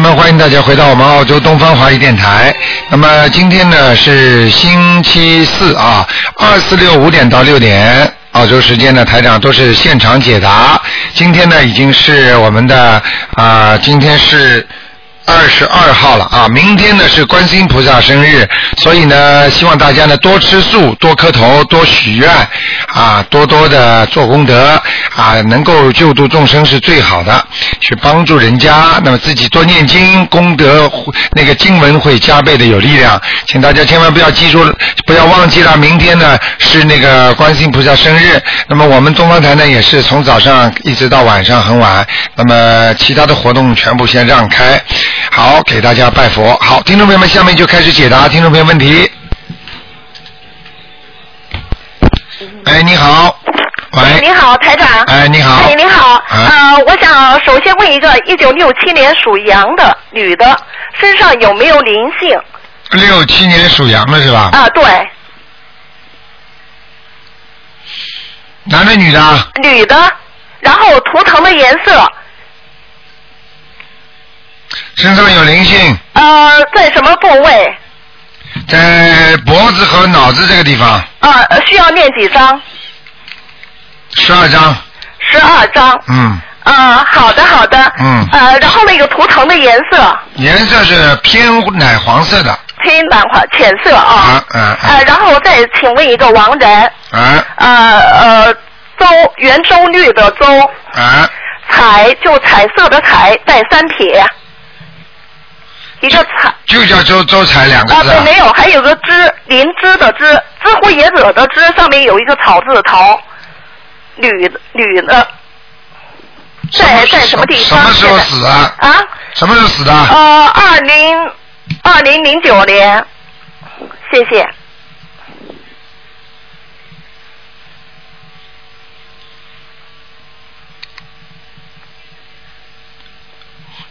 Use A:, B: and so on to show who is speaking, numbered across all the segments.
A: 们，欢迎大家回到我们澳洲东方华语电台。那么今天呢是星期四啊，二四六五点到六点。澳洲时间呢，台长都是现场解答。今天呢，已经是我们的啊、今天是二十二号了啊，明天呢是观世音菩萨生日，所以呢，希望大家呢多吃素、多磕头、多许愿啊，多多的做功德啊，能够救度众生是最好的，去帮助人家。那么自己多念经，功德那个经文会加倍的有力量。请大家千万不要记住，不要忘记了，明天呢是那个观世音菩萨生日。那么我们东方台呢也是从早上一直到晚上很晚，那么其他的活动全部先让开。好，给大家拜佛。好，听众朋友们，下面就开始解答听众朋友问题。哎，你好，
B: 哎，
A: 喂，
B: 你好，台长。
A: 哎，你好，
B: 哎，你好。
A: 啊
B: 呃，我想首先问一个，一九六七年属羊的女的，身上有没有灵性？
A: 六七年属羊的是吧？
B: 啊，对，
A: 男的女的啊？
B: 女的，然后图腾的颜色，
A: 身上有灵性，
B: 呃，在什么部位？
A: 在脖子和脑子这个地方，
B: 啊，呃需要念几张？
A: 十二张，
B: 十二张。
A: 嗯，
B: 啊，好的，好的。
A: 嗯
B: 呃，然后那个图腾的颜色，
A: 颜色是偏奶黄色的，
B: 偏蓝黄浅色啊
A: 啊。啊
B: 呃，
A: 啊
B: 然后我再请问一个亡人，
A: 啊
B: 呃呃，周圆周率的周。
A: 啊，
B: 彩就彩色的彩，带三撇，一个彩
A: 就叫周周彩两个
B: 啊，
A: 字
B: 对，
A: 啊，
B: 没有，还有个知林芝的知，知乎也者的知，上面有一个草字头，女的女的，在在什么地
A: 什
B: 方？
A: 么时候
B: 现在
A: 死啊？
B: 啊？
A: 什么时候死的？
B: 呃，二零二零零九年，谢谢。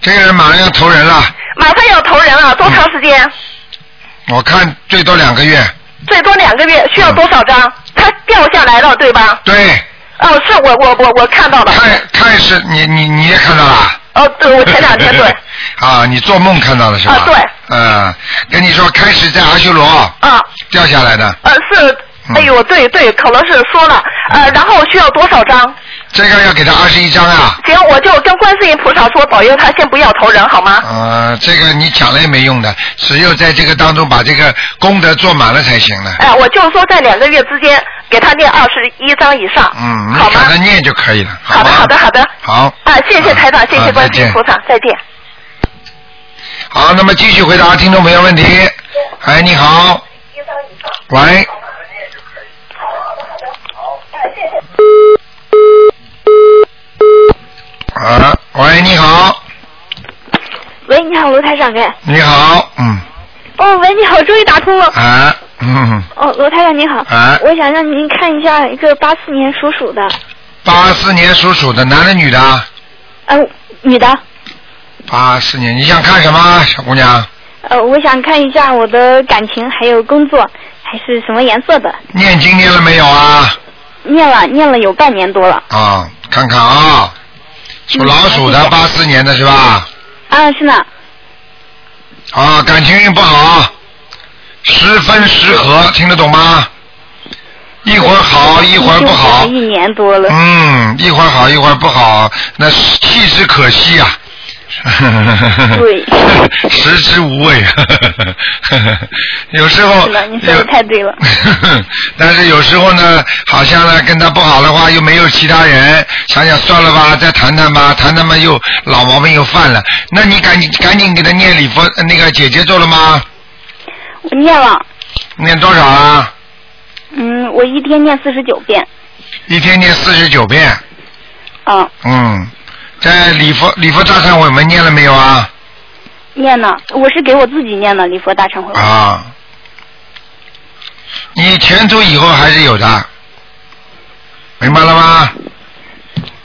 A: 这个人马上要投人了，
B: 马上要投人了，多长时
A: 嗯
B: 间？
A: 我看最多两个月。
B: 最多两个月，需要多少
A: 嗯
B: 张？它掉下来了，对吧？
A: 对，
B: 哦，是我我我我看到了。
A: 看看是你你你也看到了。
B: 哦，对，我前两天 对，
A: 啊，你做梦看到了是吧？
B: 啊对。
A: 嗯，跟你说，开始在阿修罗
B: 啊，
A: 掉下来的，
B: 呃是，哎呦，对对，可能是说了，呃，然后需要多少张？
A: 这个要给他二十一张啊。
B: 行，我就跟观世音菩萨说，保佑他先不要投人，好 吗？
A: 呃，这个你讲了也没用的，只有在这个当中把这个功德做满了才行的。
B: 哎、我就说在两个月之间给他念二十一张以上，
A: 嗯，你
B: 好
A: 给
B: 吗
A: 他？念就可以了。
B: 好的，
A: 吗
B: 好的，。好的。
A: 好。
B: 啊，谢谢台长，谢谢
A: 啊
B: 观世音菩。萨，再
A: 再
B: 见。
A: 见好，那么继续回答听众朋友问题。哎，你好。喂。啊，喂，你好，
C: 喂，你好，卢台长哎。
A: 你好，嗯，
C: 哦，喂，你好，终于打通了。
A: 啊，嗯，
C: 哦，卢台长您好。
A: 哎
C: 我想让您看一下一个八四年属鼠的，
A: 八四年属鼠的，男的女的啊？
C: 嗯、女的，
A: 八四年，你想看什么，小姑娘？
C: 呃，我想看一下我的感情还有工作，还是什么颜色的？
A: 念经念了没有啊？
C: 念了念了有半年多了。
A: 啊，看看啊，属老鼠的，
C: 嗯
A: 八四年的是吧？
C: 啊，是呢。
A: 啊，感情运不好，十分十合，听得懂吗？一会儿好，一会儿不好
C: 已经，一年多了。
A: 嗯，一会儿好，一会儿不好，那是弃之可惜啊。
C: 对，
A: 食之无味。 有时候
C: 是的你说的
A: 有
C: 太对了
A: 但是有时候呢，好像呢跟他不好的话，又没有其他人，想想算了吧，再谈谈吧，谈谈吧又老毛病又犯了。那你赶紧赶紧给他念礼佛呃那个姐姐做了吗？
C: 我念了，
A: 念多少啊？
C: 嗯，我一天念四十九遍。
A: 一天念四十九遍。
C: 嗯、
A: 嗯，在礼佛礼佛大忏悔文念了没有啊？
C: 念呢，我是给我自己念的礼佛大忏悔文。
A: 啊，你前途以后还是有的，明白了吗？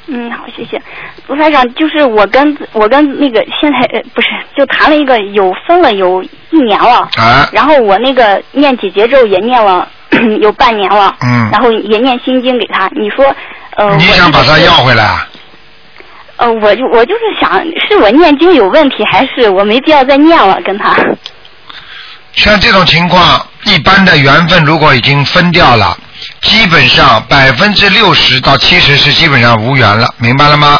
C: 嗯，好，谢谢。卢台长，就是我跟我跟那个现在呃不是，就谈了一个有分了有一年了，
A: 啊，
C: 然后我那个念几节咒也念了 有半年了，
A: 嗯
C: 然后也念心经给他。你说，呃，
A: 你
C: 我
A: 想
C: 这个
A: 把它
C: 是
A: 要回来啊？
C: 呃，我就我就是想，是我念经有问题，还是我没必要再念了？跟他，
A: 像这种情况，一般的缘分如果已经分掉了，基本上百分之六十到七十是基本上无缘了，明白了吗？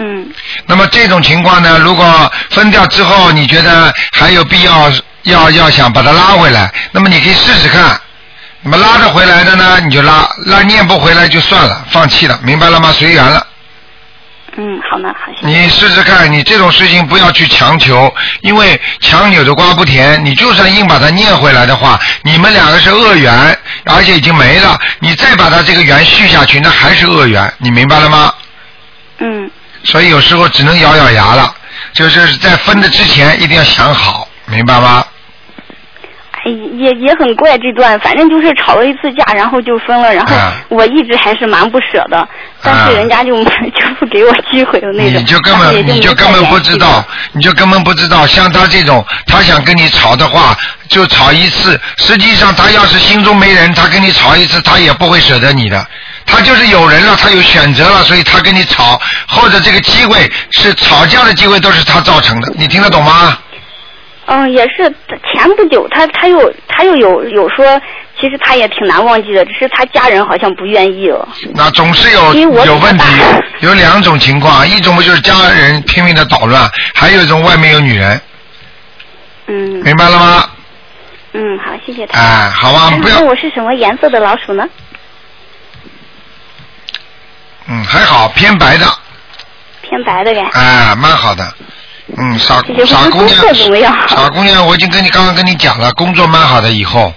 C: 嗯，
A: 那么这种情况呢，如果分掉之后，你觉得还有必要要要想把它拉回来，那么你可以试试看。那么拉得回来的呢，你就拉；拉念不回来就算了，放弃了，明白了吗？随缘了。
C: 嗯，好呢，好，谢谢。
A: 你试试看，你这种事情不要去强求，因为强扭的瓜不甜。你就算硬把它念回来的话，你们两个是恶缘，而且已经没了。你再把它这个缘续下去，那还是恶缘，你明白了吗？
C: 嗯
A: 所以有时候只能咬咬牙了，就是在分的之前一定要想好，明白吗？
C: 哎也也很怪这段，反正就是吵了一次架，然后就分了，然后
A: 啊
C: 我一直还是蛮不舍的，但是人家就、 就不给我机会的那种，
A: 你就根
C: 然后也
A: 本你就
C: 就
A: 根
C: 没再
A: 本不
C: 联系
A: 知道，你就根本不知道，像他这种，他想跟你吵的话，就吵一次。实际上，他要是心中没人，他跟你吵一次，他也不会舍得你的。他就是有人了，他有选择了，所以他跟你吵，或者这个机会是吵架的机会都是他造成的，你听得懂吗？
C: 嗯，也是前不久他他又他又有有说，其实他也挺难忘记的，只是他家人好像不愿意了。
A: 那总是有
C: 因为我
A: 有
C: 比较
A: 问题
C: 大，
A: 有两种情况，一种不就是家人拼命的捣乱，还有一种外面有女人，
C: 嗯
A: 明白了吗？
C: 嗯，好，谢谢他。
A: 哎，好吧，不要
C: 那，我是什么颜色的老鼠呢？
A: 嗯，还好，偏白的，
C: 偏白的呗。
A: 哎，蛮好的，嗯，傻
C: 谢谢
A: 傻姑
C: 工
A: 娘
C: 作怎么样，
A: 傻姑娘，我已经跟你刚刚跟你讲了，工作蛮好的，以后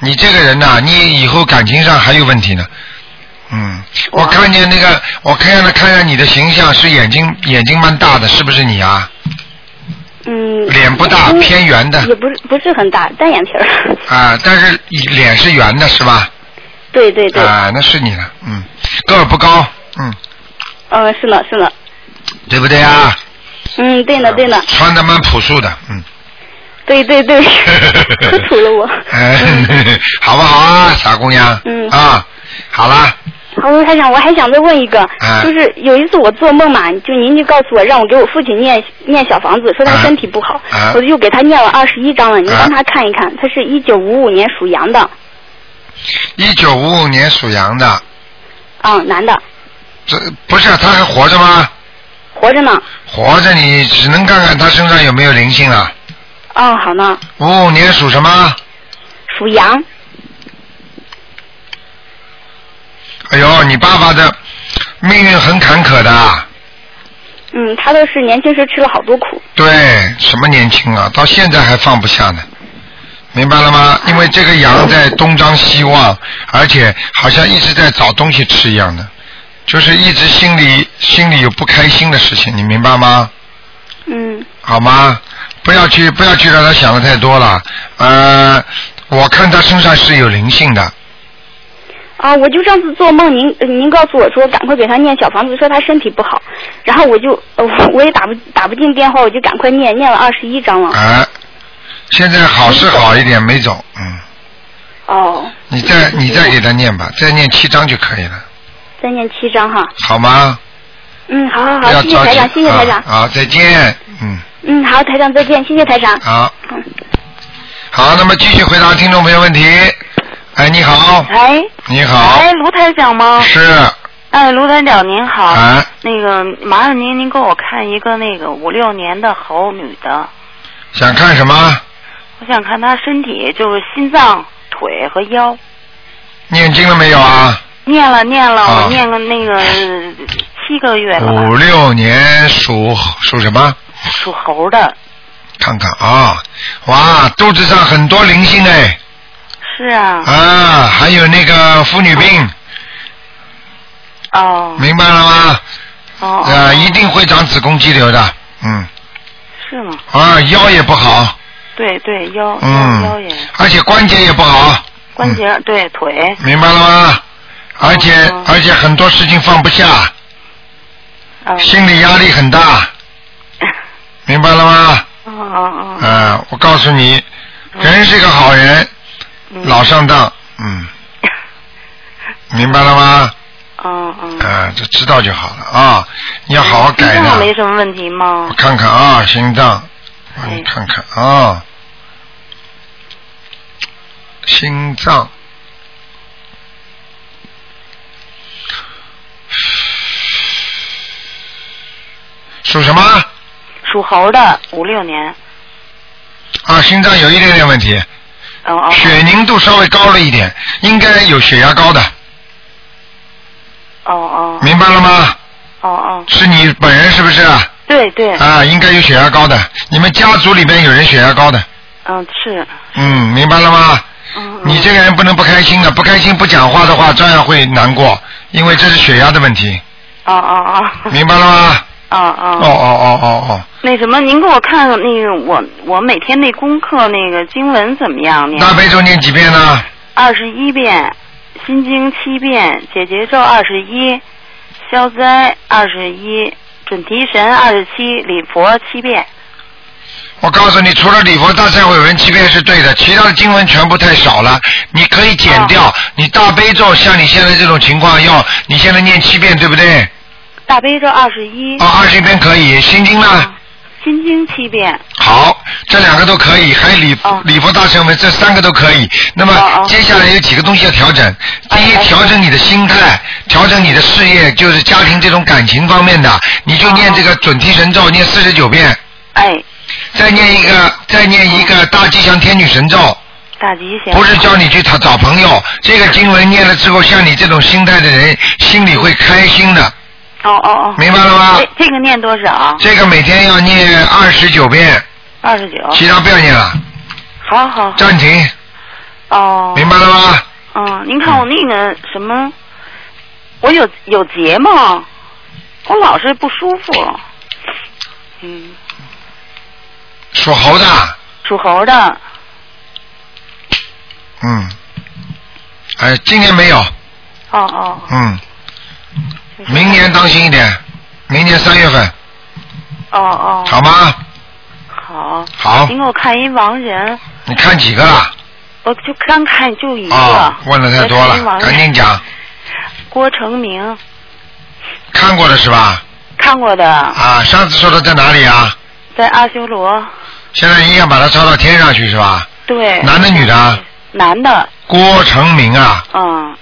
A: 你这个人呐、你以后感情上还有问题呢。嗯，我
C: 哇
A: 看见那个，我看见了，看见你的形象是眼睛眼睛蛮大的，是不是你啊？
C: 嗯。
A: 脸不大
C: 因为
A: 偏圆的
C: 也不是不是很大，单眼皮儿。
A: 啊，但是脸是圆的，是吧？
C: 对对对，
A: 啊，那是你了，嗯，个儿不高，嗯，
C: 嗯，是呢是呢，
A: 对不对啊？
C: 嗯，对呢对呢，
A: 穿的蛮朴素的，嗯。
C: 对对对， 可土了我。嗯
A: 哎， 好不好啊，傻姑娘？
C: 嗯
A: 啊，好啦，
C: 好，卢台长，我还想再问一个，
A: 啊
C: 就是有一次我做梦嘛，就您就告诉我让我给我父亲念念小房子，说他身体不好，
A: 啊啊
C: 我就给他念了二十一章了，你
A: 啊
C: 帮他看一看，他是一九五五年属羊的，
A: 一九五五年属羊的，
C: 啊、男的，
A: 这不是啊他还活着吗？
C: 活着呢，
A: 活着，你只能看看他身上有没有灵性了。
C: 哦，好呢，
A: 五五年属什么？
C: 属羊，
A: 哎呦，你爸爸的命运很坎坷的，啊
C: 嗯，他都是年轻时吃了好多苦，
A: 对，什么年轻啊，到现在还放不下呢。明白了吗？因为这个羊在东张西望，而且好像一直在找东西吃一样的，就是一直心里心里有不开心的事情，你明白吗？
C: 嗯
A: 好吗？不要去不要去让他想的太多了。呃，我看他身上是有灵性的，
C: 啊，我就上次做梦，您呃您告诉我说赶快给他念小房子，说他身体不好，然后我就呃我也打不打不进电话，我就赶快念，念了二十一章了，
A: 哎、现在好是好一点，没走，嗯，
C: 哦，
A: 你再你再给他念吧，再念七章就可以了，
C: 再念七章哈。
A: 好吗？
C: 嗯，好好
A: 不
C: 好，
A: 要
C: 谢谢
A: 着
C: 台
A: 急，
C: 长，谢谢台
A: 啊
C: 长。
A: 好，再见，嗯，
C: 嗯，好，台长再见，谢谢台长。
A: 好，
C: 嗯
A: 好，那么继续回答听众朋友问题。哎，你好，
D: 喂，
A: 你好，
C: 哎
D: 喂，哎卢台长吗？
A: 是，
D: 哎，卢台长您好。
A: 哎，
D: 那个，麻烦您，您给我看一个那个五六年的猴女的，
A: 想看什么？
D: 我想看她身体，就是心脏、腿和腰。
A: 念经了没有啊？
D: 念了念了，
A: 啊
D: 我念个那个呃七个月了吧，
A: 五六年属属什么？
D: 属猴的。
A: 看看啊，哇，肚子上很多灵性哎，
D: 是
C: 嗯
D: 啊，
A: 啊，还有那个妇女病，啊
C: 嗯
D: 哦
A: 明白了吗？
D: 哦，
A: 啊，
D: 哦
A: 一定会长子宫肌瘤的，嗯，
D: 是吗？
A: 啊，腰也不好，
D: 对对，
C: 哦
D: 腰
A: 嗯
D: 腰也，
A: 而且关节也不好，
D: 关节对腿，
A: 明白了吗？而且
D: 哦
A: 而且很多事情放不下，
D: 哦
A: 心理压力很 大，明白了吗？
D: 哦哦哦，
A: 啊，我告诉你，人是个好人，
D: 嗯
A: 老上当，嗯，明白了吗？
D: 嗯嗯。
A: 啊，这知道就好了啊。你要好好改
D: 心
A: 呢
D: 脏。没什么问题吗
A: 我？看看啊，心脏，我
D: 哎
A: 你看看啊，心脏。属什么？
D: 属猴的，五六年。
A: 啊，心脏有一点点问题，
D: 嗯哦。
A: 血凝度稍微高了一点，应该有血压高的，
D: 哦哦。
A: 明白了吗？
D: 哦哦。
A: 是你本人是不是？
D: 对对。
A: 啊，应该有血压高的，你们家族里边有人血压高的，
D: 嗯，是。
A: 嗯，明白了吗？
D: 嗯。嗯
A: 你这个人不能不开心的，不开心不讲话的话，照样会难过，因为这是血压的问题，
D: 哦哦哦。
A: 明白了吗？
D: 哦
A: 哦
D: 哦。
A: 哦哦哦哦，
D: 那什么，您给我看看那个我我每天那功课那个经文怎么样呢？
A: 大悲咒念几遍呢？
D: 二十一遍，心经七遍，解结咒二十一，消灾二十一，准提神二十七，礼佛七遍。
A: 我告诉你，除了礼佛大忏悔文七遍是对的，其他的经文全部太少了，你可以减掉。你大悲咒像你现在这种情况要，你现在念七遍对不对？
D: 大悲咒二十一，
A: 哦，二十一遍可以，心经呢？
D: 心经七遍。
A: 好，这两个都可以，还有礼、
D: 哦
A: 礼佛大乘文，这三个都可以。那
D: 哦
A: 么
D: 哦
A: 接下来有几个东西要调整。第一，
D: 哦
A: 调整你的心态，调整你的事业，就是家庭这种感情方面的，你就念这个准提神咒，念四十九遍，
D: 哎，
A: 再念一个，再念一个大吉祥天女神咒。
D: 大吉祥。
A: 不是叫你去找找朋友，这个经文念了之后，像你这种心态的人，心里会开心的，
D: 哦哦哦。
A: 明白了吗？
D: 这这个念多少？啊
A: 这个每天要念二十九遍，
D: 二十九。
A: 其他不要念了，
D: 好好。好
A: 暂停，
D: 哦。
A: 明白了吗？
D: 嗯，您看我那个什么，我有有结吗？我老是不舒服。嗯，
A: 属猴的，
D: 属猴的。
A: 嗯，哎，今年没有，
D: 哦哦。
A: 嗯，
D: 就是
A: 明年当心一点，明年三月份，
D: 哦哦。
A: 好吗？
D: 好。
A: 好
D: 您，给我看一亡人，
A: 你看几个了？
D: 我就刚看就一个。
A: 啊、问的太多
D: 我看一
A: 了，
D: 亡人
A: 赶紧讲，
D: 郭成明
A: 看过了是吧？
D: 看过的，
A: 啊，上次说的在哪里啊？
D: 在阿修罗。
A: 现在你想把它抄到天上去是吧？
D: 对。
A: 男的女的啊？
D: 男的，
A: 郭成明啊，
D: 嗯，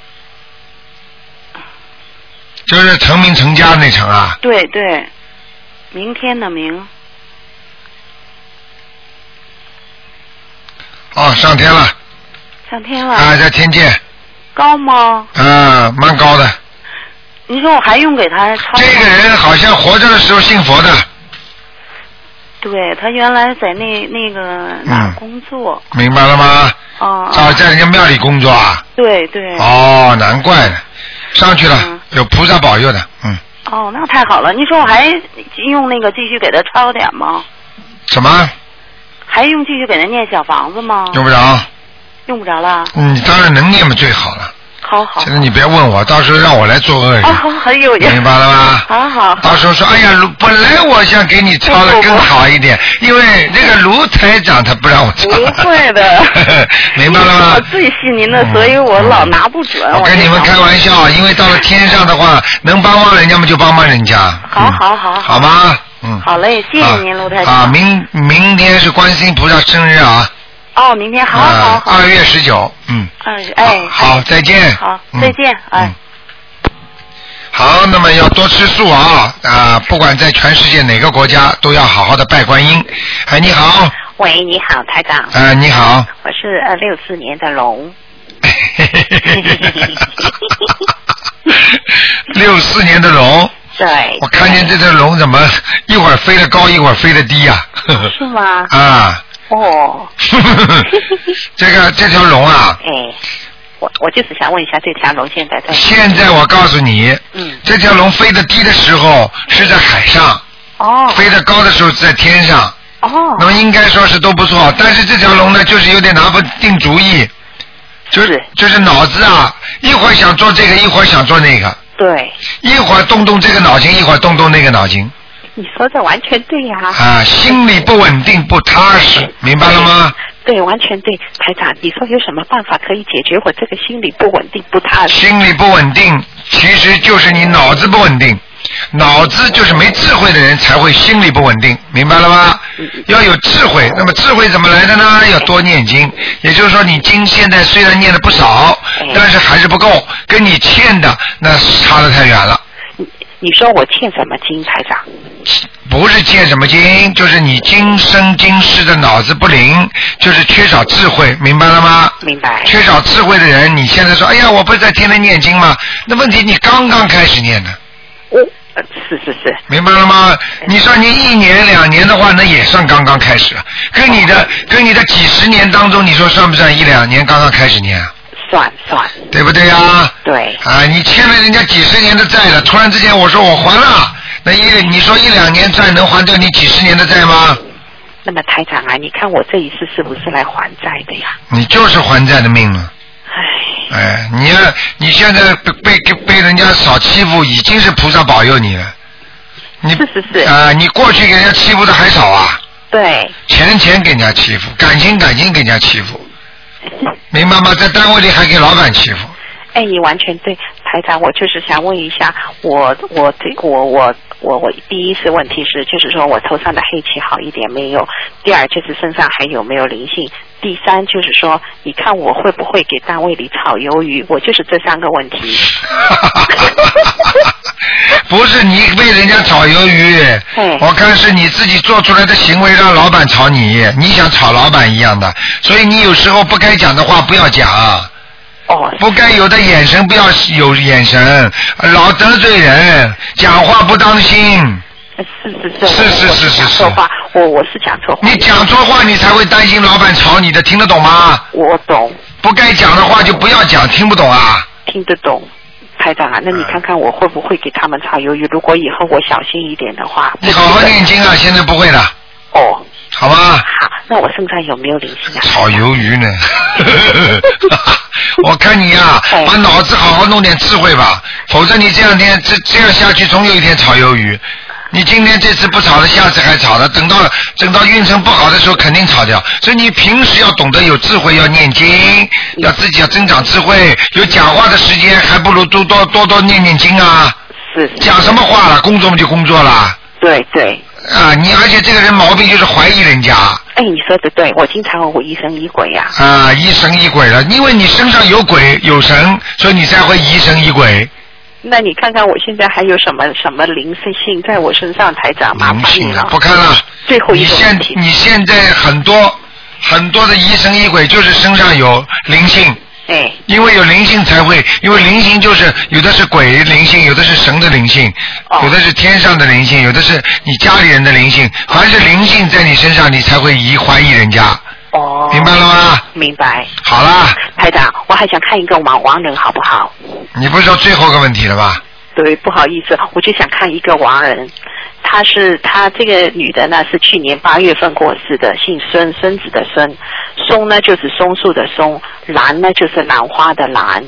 A: 就是成名成家的那成啊。
D: 对对，明天的明，
A: 哦，上天了，
D: 上天了，
A: 啊，在天界，
D: 高吗？
A: 啊，蛮高的。
D: 你说我还用给他抄吗？
A: 这个人好像活着的时候信佛的，
D: 对他原来在那那
A: 嗯
D: 个哪儿工作，
A: 明白了吗？
D: 啊、
A: 啊，在人家庙里工作啊。
D: 对对，
A: 哦，难怪呢，上去了
D: 嗯，
A: 有菩萨保佑的，嗯。
D: 哦，那太好了。你说我还用那个继续给他抄点吗？
A: 什么？
D: 还用继续给他念小房子吗？
A: 用不着，
D: 用不着了，
A: 你当然能念嘛最好了。
D: 好好。
A: 现在你别问我，到时候让我来做恶人。
D: 哦，还有呀，
A: 明白了吗
D: 好好好，
A: 到时候说，哎呀，卢本来我想给你抄的更好一点，因为那个卢台长他不让我抄。
D: 不会的
A: 明白了吗
D: 我？最信您的，所以我老拿不准。
A: 我跟你们开玩
D: 哎
A: 笑，啊因为到了天上的话，能帮帮人家嘛就帮帮人家。
D: 好
A: 嗯
D: 好好
A: 好吗？嗯。
D: 好嘞，谢谢您，
A: 啊
D: 卢台
A: 啊，
D: 长。
A: 明明天是观世音菩萨生日啊，
D: 哦，明天好好
A: 啊，
D: 好。
A: 二月十九，嗯。
D: 二十哎，
A: 好，再见。
D: 好
A: 嗯
D: 再见哎
A: 嗯好，那么要多吃素啊啊！不管在全世界哪个国家，都要好好的拜观音。哎，你好，
E: 喂，你好，台长，
A: 啊，你好。
E: 我是呃六四年的龙，
A: 六四年的龙，
E: 对，
A: 我看见这只龙怎么一会儿飞得高，一会儿飞得低呀、
E: 是吗？
A: 啊？
E: 哦，
A: 这个这条龙啊，
E: 哎，我我就是想问一下这条龙现在在，
A: 现在我告诉你，
E: 嗯，
A: 这条龙飞得低的时候是在海上，
E: 哦，
A: 飞得高的时候是在天上。
E: 哦，
A: 那么应该说是都不错，但是这条龙呢，就是有点拿不定主意，就是
E: 是
A: 就是脑子啊，一会儿想做这个，一会儿想做那个，
E: 对，
A: 一会儿动动这个脑筋，一会儿动动那个脑筋，啊
E: 你说的完全对呀、
A: 啊，心里不稳定不踏实，明白了吗？
E: 对，完全对，台长，你说有什么办法可以解决我这个心理不稳定、不踏实？
A: 心理不稳定，其实就是你脑子不稳定。脑子就是没智慧的人才会心理不稳定，明白了吗？要有智慧，那么智慧怎么来的呢？要多念经，也就是说你经现在虽然念的不少，但是还是不够，跟你欠的那差得太远了。
E: 你说我欠什么经，台长？
A: 不是欠什么经，就是你今生今世的脑子不灵，就是缺少智慧，明白了吗？
E: 明白。
A: 缺少智慧的人，你现在说，哎呀，我不是在天天念经吗？那问题你刚刚开始念的。
E: 呃是是是，
A: 明白了吗？你说你一年两年的话，那也算刚刚开始，跟你的跟你的几十年当中，你说算不算一两年刚刚开始念啊？
E: 算算，
A: 对不对呀、啊？
E: 对，
A: 啊，你欠了人家几十年的债了，突然之间我说我还了，那一你说一两年债能还掉你几十年的债吗？
E: 那么台长啊，你看我这一次是不是来还债的呀？
A: 你就是还债的命了。
E: 唉，
A: 哎，你要你现在被被被人家少欺负，已经是菩萨保佑你了。你
E: 是是是
A: 啊、你过去给人家欺负的还少啊，
E: 对，
A: 钱钱给人家欺负，感情感情给人家欺负，明白吗？在单位里还给老板欺负，
E: 哎，你完全对，台长，我就是想问一下，我我对我我我我第一是问题是，就是说我头上的黑气好一点没有？第二就是身上还有没有灵性？第三就是说，你看我会不会给单位里炒鱿鱼？我就是这三个问题。
A: 不是你被人家炒鱿鱼
E: 嗯，
A: 我看是你自己做出来的行为让老板炒你，你想炒老板一样的，所以你有时候不该讲的话不要讲。啊
E: 哦，
A: 不该有的眼神不要有眼神，老得罪人，讲话不当心。
E: 是是
A: 是是是
E: 是，我
A: 是
E: 讲错
A: 是
E: 话，我我是讲错话，
A: 你讲错话，你才会担心老板炒你的，听得懂吗？
E: 我懂。
A: 不该讲的话就不要讲，听不懂啊？
E: 听得懂。台长啊，那你看看我会不会给他们炒鱿鱼？如果以后我小心一点的话，
A: 你好好念经啊，现在不会的，
E: 哦，
A: 好吧？
E: 好，那我身上有没有灵性啊？
A: 炒鱿鱼呢？ 我看你呀、
E: 哎
A: 把脑子好好弄点智慧吧，否则你这两天这这样下去，总有一天炒鱿鱼。你今天这次不炒了，下次还炒了，等到等到运程不好的时候肯定炒掉。所以你平时要懂得有智慧，要念经，要自己要增长智慧。有讲话的时间，还不如多多多多念念经啊。
E: 是，是
A: 讲什么话了？工作嘛就工作了
E: 对对。
A: 啊！你而且这个人毛病就是怀疑人家。
E: 哎，你说的对，我经常我疑神疑鬼呀、
A: 啊，疑神疑鬼了，因为你身上有鬼有神，所以你才会疑神疑鬼。
E: 那你看看我现在还有什么什么灵性在我身上，台长，麻
A: 灵
E: 烦你
A: 性
E: 了
A: 啊，。不看了。
E: 最后一
A: 你
E: 个
A: 现
E: 问题，
A: 你现在很多很多的疑神疑鬼，就是身上有灵性，
E: 哎，
A: 因为有灵性才会，因为灵性就是有的是鬼灵性，有的是神的灵性，
E: 哦
A: 有的是天上的灵性，有的是你家里人的灵性。凡是灵性在你身上，你才会疑怀疑人家，
E: 哦，
A: 明白了吗？
E: 明白。
A: 好啦，
E: 台长，我还想看一个亡亡人，好不好？
A: 你不是说最后一个问题了吧？
E: 对，不好意思，我就想看一个亡人，她是她这个女的呢是去年八月份过世的，姓孙，孙子的孙，松呢就是松树的松，兰呢就是兰花的兰，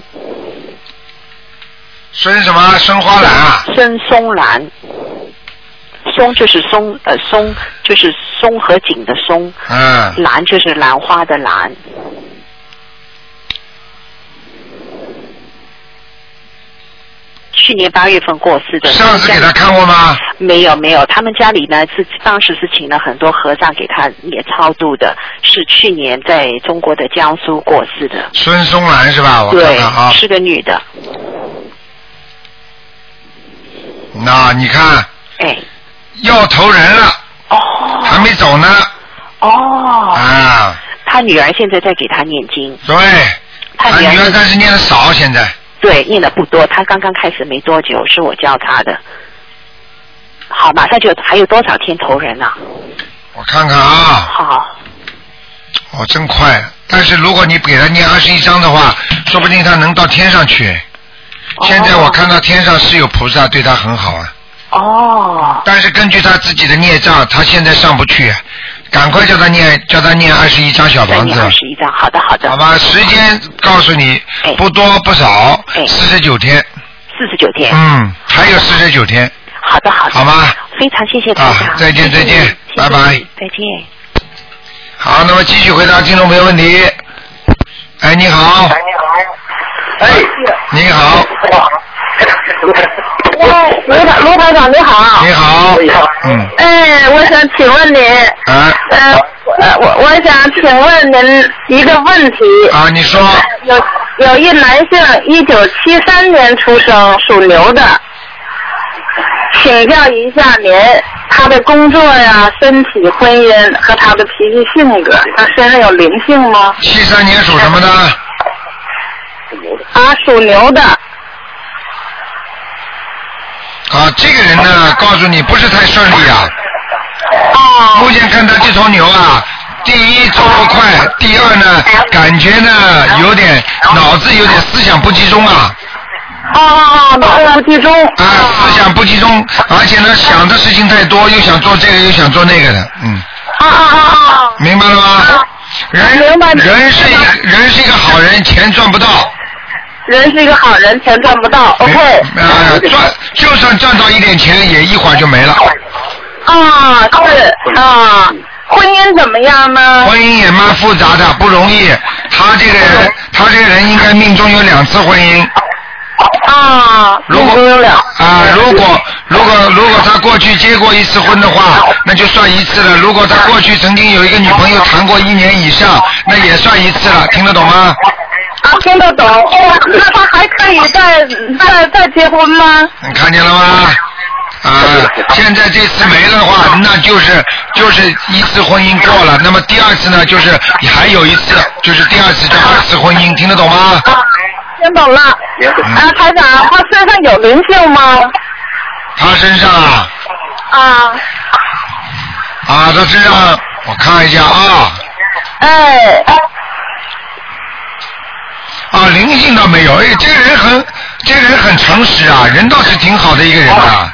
A: 孙什么？孙花兰啊？
E: 孙松兰，松就是松呃松就是松和景的松，
A: 嗯。
E: 兰就是兰花的兰，去年八月份过世的，
A: 上次给他看过吗？
E: 没有没有，他们家里呢是当时是请了很多和尚给他也超度的，是去年在中国的江苏过世的，
A: 孙松兰是吧？我看
E: 对
A: 看啊，，
E: 是个女的，
A: 那你看
E: 哎，
A: 要投人了，
E: 哦
A: 还没走呢
E: 哦，
A: 啊！
E: 他女儿现在在给他念经，
A: 对，
E: 他
A: 啊，
E: 女
A: 女儿
E: 儿
A: 但是念的少，现在
E: 对念的不多，他刚刚开始没多久，是我教他的。好，马上就还有多少天投人呢、
A: 我看看啊，
E: 好，
A: 哦，真快。但是如果你给他念二十一章的话，说不定他能到天上去。现在我看到天上是有菩萨对他很好啊，
E: 哦，
A: 但是根据他自己的孽障，他现在上不去，啊赶快叫他念，叫他念二十一章小
E: 再
A: 房子。啊
E: 念二十一张，好的好的，
A: 好吧，时间告诉你
E: 哎
A: 不多不少，
E: 哎
A: 四十九天，
E: 四十九天，
A: 嗯，还有四十九天，
E: 好的好的，
A: 好吗？
E: 非常谢谢台
A: 啊
E: 长，
A: 哎再见
E: 谢谢
A: 再见
E: 你谢谢
A: 拜拜
E: 你再见。
A: 好，那么继续回答听众朋友问题。哎，你好，
F: 哎，你好。哎，
A: 你好，
F: 你好。
B: 哎，卢台卢台长你好。
A: 你好，嗯，
B: 哎，我想请问您，
A: 哎，
B: 呃，呃我我想请问您一个问题。
A: 啊，你说，
B: 有有一男性，一九七三年出生，属牛的，请教一下您他的工作呀、身体、婚姻和他的脾气性格，他身上有灵性吗？
A: 七三年属什么的？
B: 啊，属牛的，
A: 啊，这个人呢，告诉你不是太顺利啊。
B: 哦
A: 目前看他这头牛啊，第一走不快，第二呢，感觉呢有点脑子有点思想不集中啊，
B: 哦哦哦，脑子不集中。
A: 啊，思想不集中，而且呢想的事情太多，又想做这个又想做那个的，嗯，
B: 啊啊啊啊！
A: 明白了吗？人
B: 明白
A: 人是一个人是一个好人，钱赚不到，
B: 人是一个好人，钱赚不到。OK。
A: 呃，赚就算赚到一点钱，也一会儿就没了，
B: 啊，是啊，婚姻怎么样呢？
A: 婚姻也蛮复杂的，不容易。他这个人，他这个人应该命中有两次婚姻。
B: 啊，
A: 如果啊，如果如果如果他过去结过一次婚的话，那就算一次了。如果他过去曾经有一个女朋友谈过一年以上，那也算一次了。听得懂吗？
B: 啊，听得懂。那他还可以再再再结婚吗？
A: 你看见了吗？啊，现在这次没了的话，那就是就是一次婚姻过了。那么第二次呢，就是还有一次，就是第二次叫二次婚姻，听得懂吗？嗯
B: 听懂了。啊，台长，他身上有灵性吗？
A: 他身上啊
B: 啊，
A: 啊，他身上我看一下啊
B: 哎，
A: 啊，灵性倒没有。哎，这个人很这个人很诚实啊，人倒是挺好的一个人啊。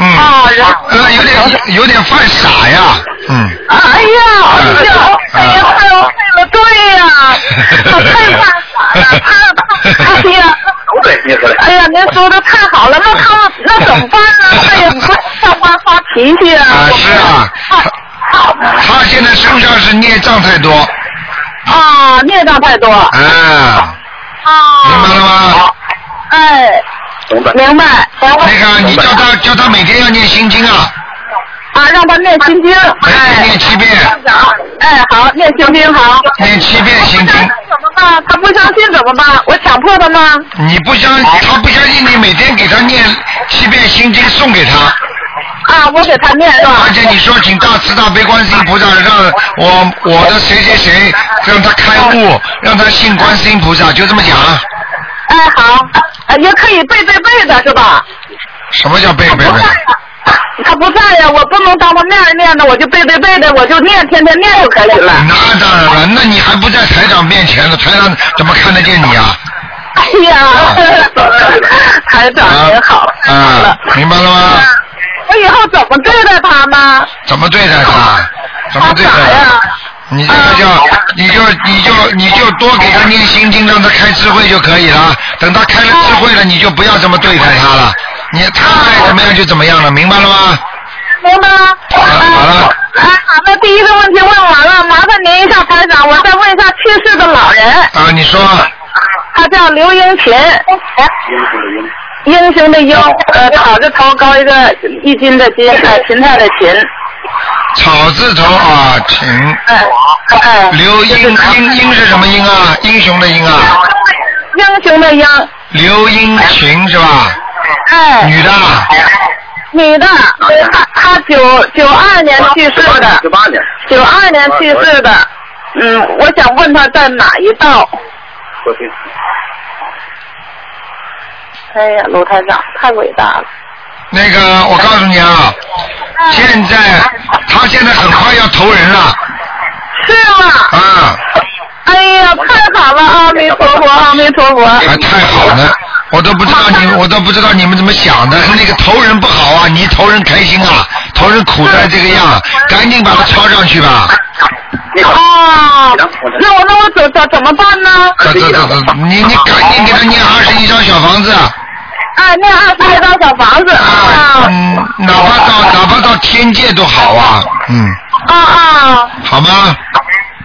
A: 嗯。
B: 啊，人
A: 呃，有点有点犯傻呀，嗯，啊
B: 哎呀，哎呀，哎呀，太对了，对哎呀，我太怕傻了，他他哎呀。哎呀，您说的太好了，那他们那怎么办呢？哎呀，不上发发脾气啊！
A: 啊是啊，
B: 啊
A: 他现在身上是孽障太多，
B: 啊，孽障太多啊！
A: 啊，明白了吗？
B: 哎，明白明白
A: 那个，你叫他叫他每天要念心经啊，
B: 啊，让他念心经，
A: 每天
B: 哎
A: 念，七遍，
B: 哎，好，念心经好。
A: 念七遍心经。
B: 怎么办？他不相信怎么办？我强迫他吗？
A: 你不相他不相信你每天给他念七遍心经送给他，
B: 啊，我给他念是吧
A: 而？且你说请大慈大悲观世音 菩萨让我我的谁谁谁让他开 悟，让他信观世音菩萨，就这么讲。啊
B: 哎，好，哎也可以背背背的是吧？啊
A: 什么叫背背
B: 不
A: 背
B: 在？呀，他不在呀，我不能当他面念的，我就背背背的，我就念，天天念就可以了。
A: 那当然了，那你还不在台长面前呢，台长怎么看得见你啊？
B: 哎呀， 台长您好，
A: 啊啊，明白了吗？
B: 我以后怎么对待他呢？
A: 怎么对待 他？怎么
B: 他
A: 对
B: 傻
A: 待
B: 呀啊
A: 他？？你这个叫，你就你就你就多给他念心经，让他开智慧就可以了。等他开了智慧
B: 啊
A: 了，你就不要这么对待他了。你他爱怎么样就怎么样了，明白了吗？
B: 明白了。
A: 好了好了
B: 哎，好的，第一个问题问完了，麻烦您一下，台长，我再问一下去世的老人，
A: 啊，你说
B: 他叫刘英琴。英雄的英，呃，草字头高一个一斤的斤，哎，芹菜的芹，
A: 草字头啊，请
B: 哎，哎，
A: 刘英英英是什么英啊？英雄的英啊？
B: 英雄的英，
A: 刘英群是吧？
B: 哎，
A: 女的啊，
B: 女的，她她九九二年去世的，
F: 九八年。
B: 九二年去世的，嗯，我想问她在哪一道？
F: 我听
B: 哎呀，卢台长太伟大了，
A: 那个我告诉你啊，
B: 嗯
A: 现在他现在很快要投人了
B: 是吗？
A: 啊，
B: 哎呀，太好了！阿弥陀 佛，阿弥陀佛。
A: 还太好了，我都不知道你，我都不知道你们怎么想的。那个投人不好啊，你投人开心啊，投人苦在这个样，
B: 嗯
A: 赶紧把他抄上去吧。
B: 啊，那我那我怎怎怎么办呢？
A: 这这这这，你你赶紧给他念二十一张小房子
B: 哎，那二十一张小房子
A: 啊，
B: 啊
A: 嗯，哪怕到哪怕到天界都好啊，嗯，
B: 啊啊！
A: 好吗？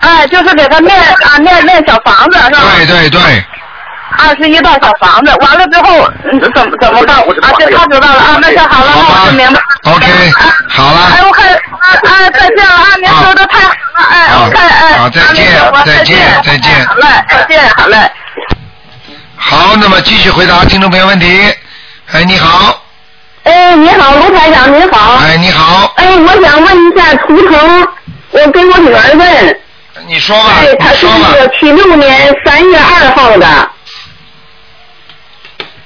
B: 哎，就是给他念啊念念小房子是吧？
A: 对对对，
B: 二十一套小房子，完了之后嗯怎么怎么办？啊，对，他知道了啊，那就好了，那我就明白。
A: ，OK，好了，
B: 哎，我看啊啊，再见了啊，您说的太好了，哎，我看哎，
A: 好再见
B: 阿弥陀佛
A: 再
B: 再哎
A: 见再见
B: 好嘞，再见，好嘞。
A: 好，那么继续回答听众朋友问题。哎，你好，
B: 哎，你好，卢台长，您好。
A: 哎，你好，
B: 哎，我想问一下图腾，我跟我女儿问，
A: 你说吧，
B: 哎，她
A: 你
B: 是
A: 说
B: 那
A: 吧
B: 个，七六年三月二号的，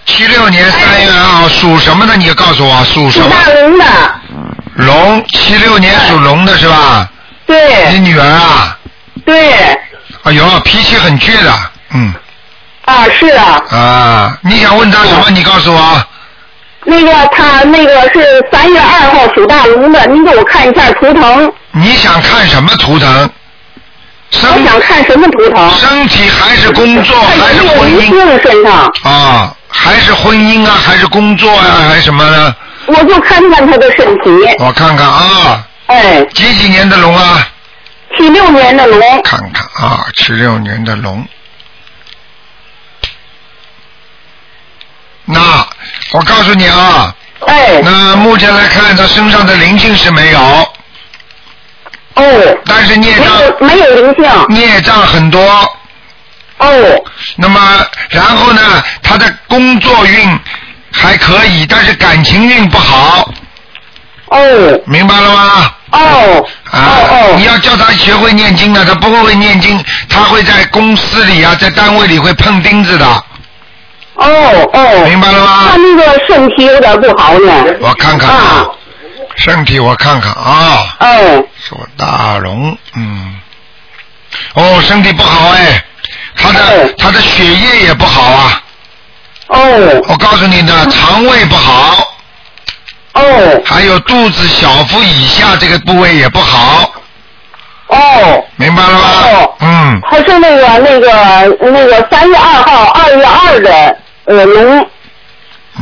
A: 七六年三月二号属什么的？你就告诉我属什
B: 属
A: 么？
B: 大龙的，
A: 龙，七六年属龙的是吧？你
B: 对
A: 女儿啊，
B: 对，
A: 哎呦，脾气很倔的，嗯
B: 啊是啊，
A: 啊，你想问她什么？你告诉我。
B: 那个她那个是三月二号属大龙的，您给我看一下图腾，
A: 你想看什么图腾？
B: 我
A: 身
B: 想看什么图腾？
A: 身体还是工作
B: 看
A: 还
B: 有
A: 是
B: 没有
A: 婚姻
B: 灵性身上，
A: 啊？还是婚姻啊？还是工作呀、还是什么呢？
B: 我就看看她的身体。
A: 我看看啊，
B: 哎，
A: 几几年的龙啊？
B: 七六年的龙，
A: 看看啊，七六年的龙。那我告诉你啊，
B: 哎，
A: 那目前来看，他身上的灵性是没有，
B: 哦，
A: 但是孽
B: 没
A: 障
B: 有没有灵性，
A: 孽障很多。
B: 哦，
A: 那么，然后呢，他的工作运还可以，但是感情运不好，
B: 哦。
A: 明白了吗？
B: 哦，
A: 啊，
B: 哦
A: 你要叫他学会念经的，他不会念经，他会在公司里啊，在单位里会碰钉子的，
B: 哦哦哦，
A: 明白了
B: 他
A: 吗？
B: 那个身体有点不好呢。
A: 我看看啊
B: 啊，
A: 身体我看看啊，
B: 哎，
A: 是我大龙，嗯，哦，身体不好哎，他的
B: 哎
A: 他的血液也不好啊，
B: 哦
A: 我告诉你 的，肠胃不好。
B: 哦
A: 还有肚子小腹以下这个部位也不好，
B: 哦，
A: 明白了吗？
B: 哦
A: 嗯，
B: 他是那个那个那个三月二号、二月二的呃龙。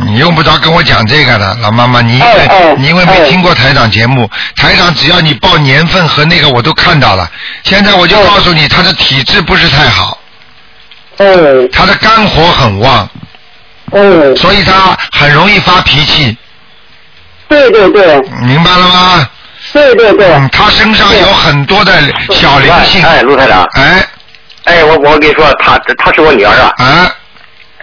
A: 你用不着跟我讲这个的，老妈妈，你因为、
B: 哎哎
A: 你因为没
B: 哎
A: 听过台长节目，台长只要你报年份和那个我都看到了。现在我就告诉你，他的体质不是太好，
B: 哦
A: 他的肝火很旺，
B: 哦，
A: 所以他很容易发脾气，
B: 对对对
A: 明白了吗？
B: 对对对，
A: 嗯，他身上有很多的小灵性，
F: 哎，卢台长，
A: 哎
F: 哎，我我跟你说，她她是我女儿啊，
A: 哎，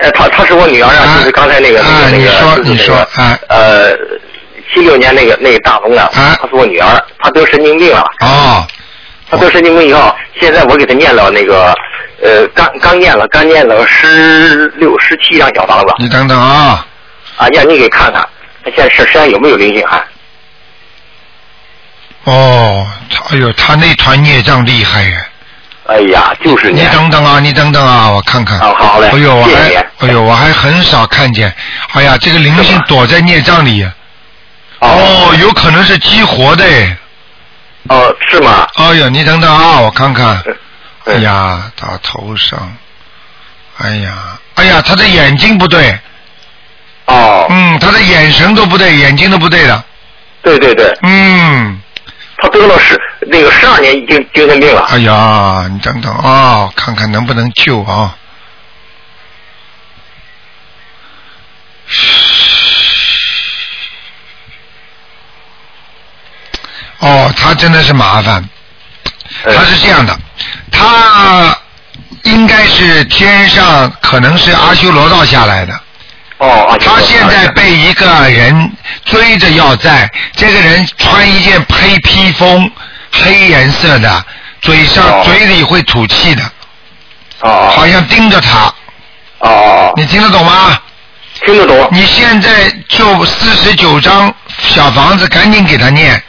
F: 哎，她她是我女儿
A: 啊
F: 啊，就是刚才那个
A: 啊
F: 那个
A: 你说
F: 那个，就是
A: 你说
F: 那个
A: 啊
F: 呃，七六年那个那个大龙啊，
A: 啊
F: 她是我女儿，她得神经病了，
A: 哦，
F: 她得神经病以后，现在我给她念了那个，呃，刚刚念了，刚念了十六十七张小房子，
A: 你等等啊，
F: 啊，让你给看看，她现在身身上有没有灵性啊还？
A: 哦，他哎呦，他那团孽障厉害呀！
F: 哎呀，就是
A: 你等等啊，你等等啊，我看看。
F: 啊好嘞
A: 哎呦，我
F: 谢谢
A: 还
F: 你
A: 哎呦，我还很少看见。哎呀，这个灵
F: 是
A: 性
F: 吧
A: 躲在孽障里。啊哦，有可能是激活的。
F: 哦，是吗？
A: 哎呦，你等等啊，我看看。哎
F: 嗯，
A: 呀，他头上，哎呀，哎呀，他的眼睛不对，
F: 哦，
A: 嗯，他的眼神都不对，眼睛都不对的，
F: 对对对，
A: 嗯，
F: 他得了十那个十二年精精神病了。
A: 哎呀，你等等啊、看看能不能救啊。哦，他真的是麻烦，
F: 嗯
A: 他是这样的，他应该是天上可能是阿修罗道下来的，
F: 哦啊，
A: 他现在被一个人追着要债，这个人穿一件黑披风，黑颜色的，嘴上、
F: 哦
A: 嘴里会吐气的，
F: 哦哦
A: 好像盯着他，
F: 哦哦，
A: 你听得懂吗？
F: 听得懂？
A: 你现在就四十九张小房子，赶紧给他念，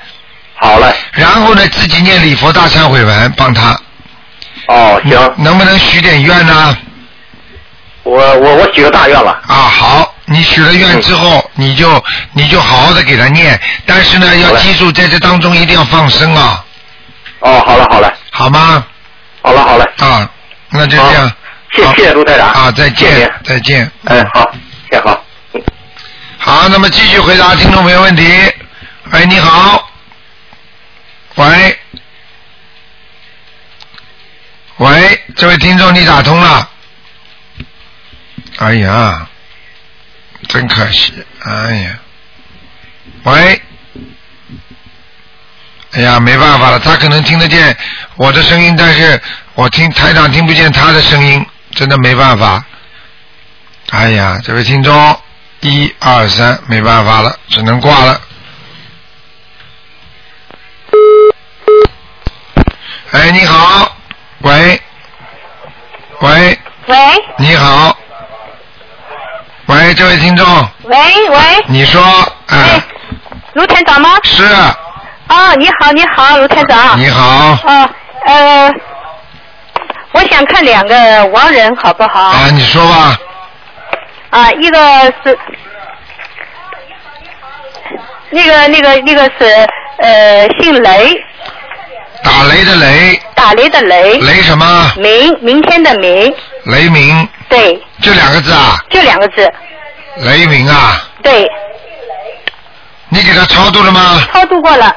F: 好嘞，
A: 然后呢自己念礼佛大忏悔文帮他，
F: 哦行，
A: 能不能许点愿呢？
F: 我我我许个大愿了。
A: 啊，好，你许了愿之后，
F: 嗯
A: 你就你就好好的给他念，但是呢要
F: 好嘞
A: 记住在这当中一定要放生啊，
F: 哦，好了好嘞，
A: 好吗？
F: 好了好嘞，
A: 啊，那就这样
F: 好谢
A: 好
F: 谢谢卢台长
A: 啊，再
F: 谢
A: 见
F: 谢，
A: 再见。
F: 哎，好，也好。
A: 好，那么继续回答听众朋友问题。喂，你好。喂。喂，这位听众，你打通了。哎呀，真可惜，哎呀，喂，哎呀，没办法了，他可能听得见我的声音，但是我听台长听不见他的声音，真的没办法。哎呀，这位听众，一二三，没办法了，只能挂了。哎，你好，喂，喂，
C: 喂
A: 你好，喂，这位听众，
C: 喂喂，
A: 你说，哎，
C: 卢台长吗？
A: 是，
C: 哦，你好，你好，卢台长。
A: 啊你好，
C: 哦，呃，我想看两个亡人，好不好？
A: 啊，你说吧，
C: 啊，一个是那个那个那个是呃，姓雷，
A: 打雷的雷，
C: 打雷的雷，
A: 雷什么？
C: 明明天的明，
A: 雷鸣，
C: 对，
A: 就两个字啊，
C: 就两个字，
A: 雷鸣啊，
C: 对，
A: 你给他超度了吗？
C: 超度过了，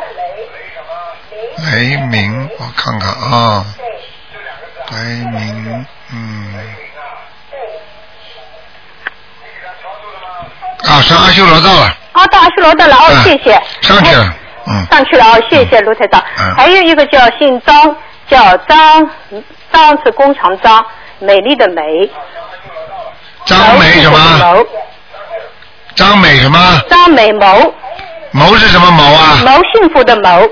A: 雷鸣，我看看啊，雷鸣，嗯，啊，上阿修罗道了，
C: 哦，到阿修罗道了，哦，
A: 嗯
C: 谢谢。
A: 上去
C: 哎
A: 了，嗯，
C: 上去了啊、谢谢卢台长。
A: 嗯
C: 还有一个叫姓张，叫张，嗯张是工厂张，美丽的美，
A: 张美什么？
C: 谋，
A: 张美什么？
C: 张美谋，
A: 谋是什么谋啊？
C: 谋幸福的谋，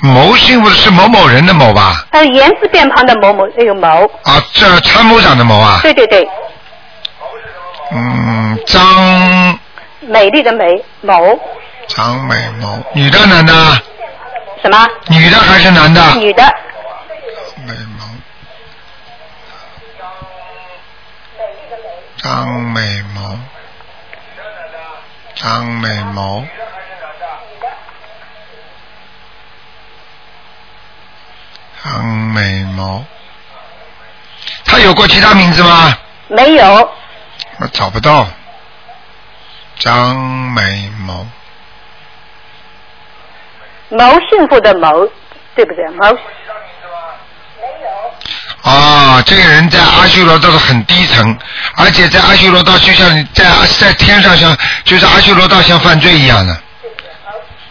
A: 谋幸福是某某人的谋吧？
C: 呃，言字边旁的某某那个谋，
A: 啊，这参谋长的谋啊？
C: 对对对，
A: 嗯，张
C: 美丽的美谋，
A: 张美谋，女的男的？
C: 什么？
A: 女的还是男的？
C: 女的，
A: 美谋，张美谋，张美谋，张美谋，他有过其他名字吗？
C: 没有，
A: 我找不到。张美谋，
C: 谋幸福的谋，对不对？谋，
A: 哦，这个人在阿修罗道的很低层，而且在阿修罗道就像你在阿在天上像，就是阿修罗道像犯罪一样的，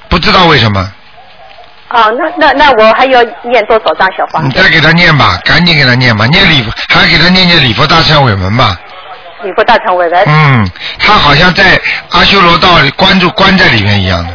A: 不知道为什么。
C: 哦，那那那我还要念多少张小
A: 你
C: 房子？
A: 再给他念吧，赶紧给他念吧，念礼佛，还给他念念礼佛大忏悔文吧。
C: 你不大成为人，
A: 嗯，他好像在阿修罗道里关住关在里面一样的。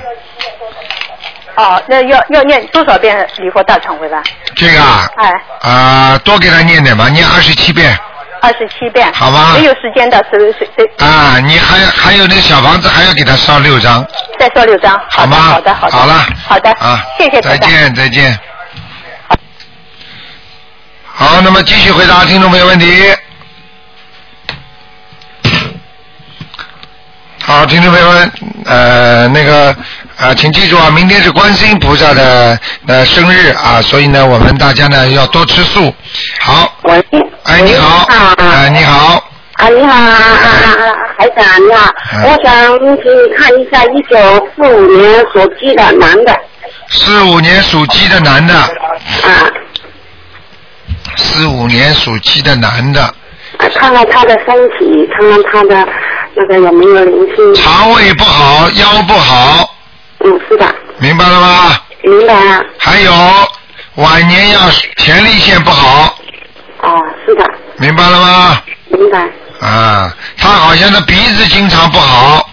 C: 哦，那要要念多少遍礼佛大忏悔文？
A: 这个啊，
C: 哎，
A: 啊、多给他念点吧，念二十七遍
C: 二十七遍。
A: 好吧
C: 没有时间的，是是是，
A: 啊。你还还有那小房子还要给他烧六张，
C: 再说六张。
A: 好吗？
C: 好的，好的，
A: 好了，
C: 好的，
A: 啊，
C: 谢谢
A: 再
C: 台长。
A: 见，再见。好，那么继续回答听众朋友问题。好，听众朋友们，呃，那个，呃，请记住啊，明天是观世音菩萨的呃生日啊，所以呢，我们大家呢要多吃素。好，
G: 喂，
A: 哎，你好，
C: 嗯
G: 啊
A: 哎，你好，
G: 啊，你好，啊啊啊，台长你好，
A: 嗯
G: 我想请你看一下一九四五年属鸡的男的，
A: 四五年属鸡的男的，
G: 啊，
A: 四五年属鸡的男的，
G: 啊看看他的身体，看看他的那个有没有灵性。
A: 肠胃不好，腰不好，
G: 嗯，是的，
A: 明白了吗？
G: 明白啊。
A: 还有晚年要前列腺不好，
G: 哦，是的，
A: 明白了吗？
G: 明白，
A: 啊，他好像他鼻子经常不好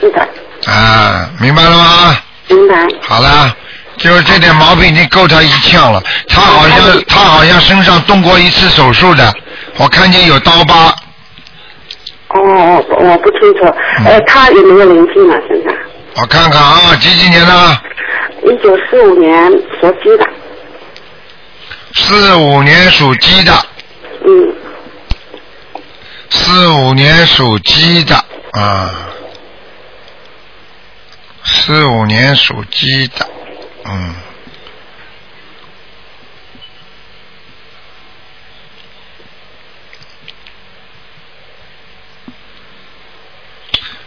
G: 是的，
A: 啊，明白了吗？
G: 明白。
A: 好了，就是这点毛病已经够他一呛了。他好像他好像身上动过一次手术的，我看见有刀疤，
G: 哦，哦我我不清楚，呃，他有没有灵性啊？身上？
A: 我看看啊，几几年的？
G: 一九四五年属鸡的，
A: 四五年属鸡的，
G: 嗯，
A: 四五年属鸡的啊，四五年属鸡的，嗯。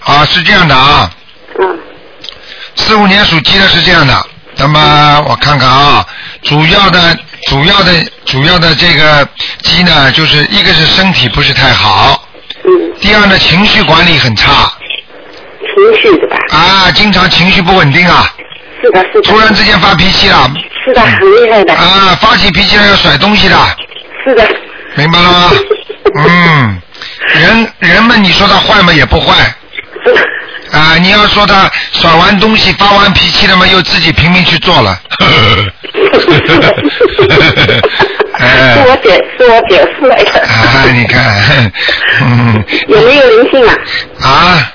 A: 啊，是这样的啊，
G: 嗯，
A: 四五年属鸡的是这样的。那么我看看啊，主要的主要的主要的这个鸡呢，就是一个是身体不是太好，第二呢情绪管理很差
G: 情绪是吧？
A: 啊，经常情绪不稳定啊，
G: 是的，是的。
A: 突然之间发脾气了
G: 是的，很厉害的。
A: 啊，发起脾气来要甩东西的，
G: 是的，
A: 明白了吗？嗯，人人们你说他坏吗？也不坏。啊，你要说他甩完东西发完脾气了嘛，又自己拼命去做了。 哎
G: 是我姐，是我姐夫来的。
A: 啊，你看，嗯
G: 有没有灵性啊？
A: 啊，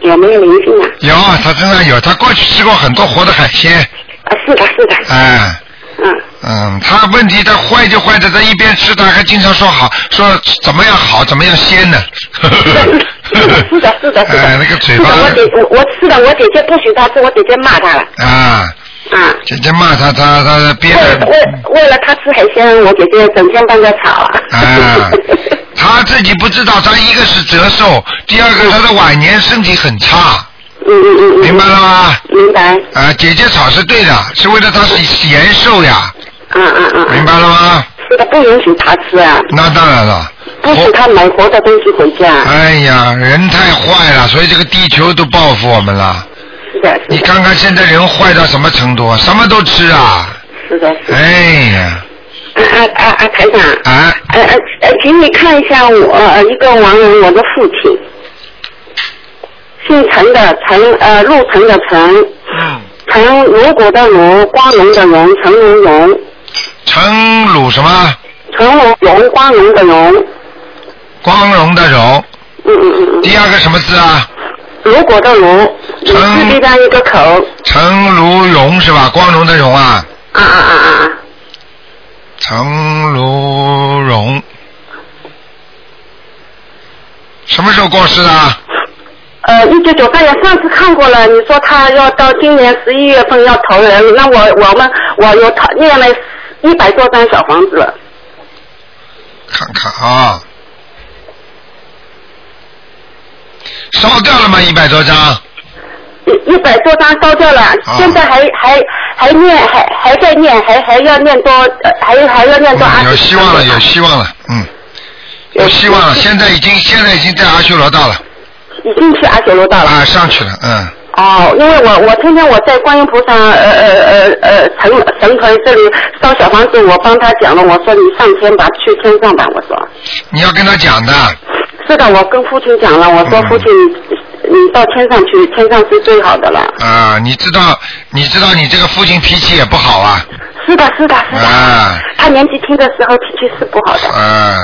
G: 有没有灵性啊？
A: 有他身上有，他过去吃过很多活的海鲜，
G: 啊，是的，是的，
A: 哎，
G: 嗯，
A: 嗯，他问题他坏就坏在他一边吃，他还经常说好，说怎么样好，怎么样鲜 呢？
G: 是的，是的，是的，是的。
A: 哎，那个嘴
G: 是的
A: 巴，
G: 我姐，我我是的，我姐姐不许他吃，我姐姐骂他了，
A: 啊，
G: 啊。
A: 姐姐骂他，他他憋
G: 为
A: 的，
G: 为为了他吃海鲜，我姐姐整天帮他炒啊。
A: 啊，他自己不知道，他一个是折寿，第二个他的晚年身体很差，
G: 嗯嗯嗯嗯，
A: 明白了吗？
G: 明白，
A: 啊，姐姐吵是对的，是为了他是延寿呀，
G: 嗯嗯嗯，
A: 明白了吗？
G: 是的，不允许他吃啊，
A: 那当然了，
G: 不许他买活的东西回家。
A: 哎呀，人太坏了，所以这个地球都报复我们了。
G: 是的，是
A: 你
G: 的，
A: 看看现在人坏到什么程度，啊？什么都吃啊！
G: 是的，是的。
A: 哎呀，
G: 啊啊啊！台长，
A: 啊，
G: 呃呃呃，请你看一下我、呃、一个亡人，我的父亲，姓陈的陈，呃，陆陈的陈，陈如果的如，光荣的荣，陈如荣，
A: 陈鲁什么？
G: 陈如荣，光荣的荣，
A: 光荣的荣。
G: 嗯嗯嗯嗯，
A: 第二个什么字啊？
G: 如果的如，女字边上一个口，
A: 陈如荣是吧？光荣的荣啊，
G: 啊啊啊啊啊，
A: 陈如荣。什么时候过世的啊？
G: 呃，一九九八年上次看过了，你说他要到今年十一月份要投人，那我我们我有投念了一百多张小房子了。
A: 看看啊，烧掉了吗？一百多张。
G: 一一百多张烧掉了，
A: 啊
G: 现在还还还念，还还在念，还还要念多，呃还还要念多二
A: 嗯，
G: 十
A: 有希望了，有希望了，嗯，有希望了。现在已经现在已经在阿修罗道了，
G: 已经去阿修罗道了。
A: 啊，上去了，嗯，
G: 哦，因为我我天天我在观音菩萨呃呃呃呃城神台这里烧小房子，我帮他讲了，我说你上天吧，去天上吧，我说。
A: 你要跟他讲的，
G: 是的，我跟父亲讲了，我说
A: 嗯
G: 父亲，你到天上去，天上是最好 的了。
A: 啊，你知道，你知道你这个父亲脾气也不好啊，
G: 是的，是的， 是的。
A: 啊，
G: 他年纪轻的时候脾气是不好的。
A: 啊，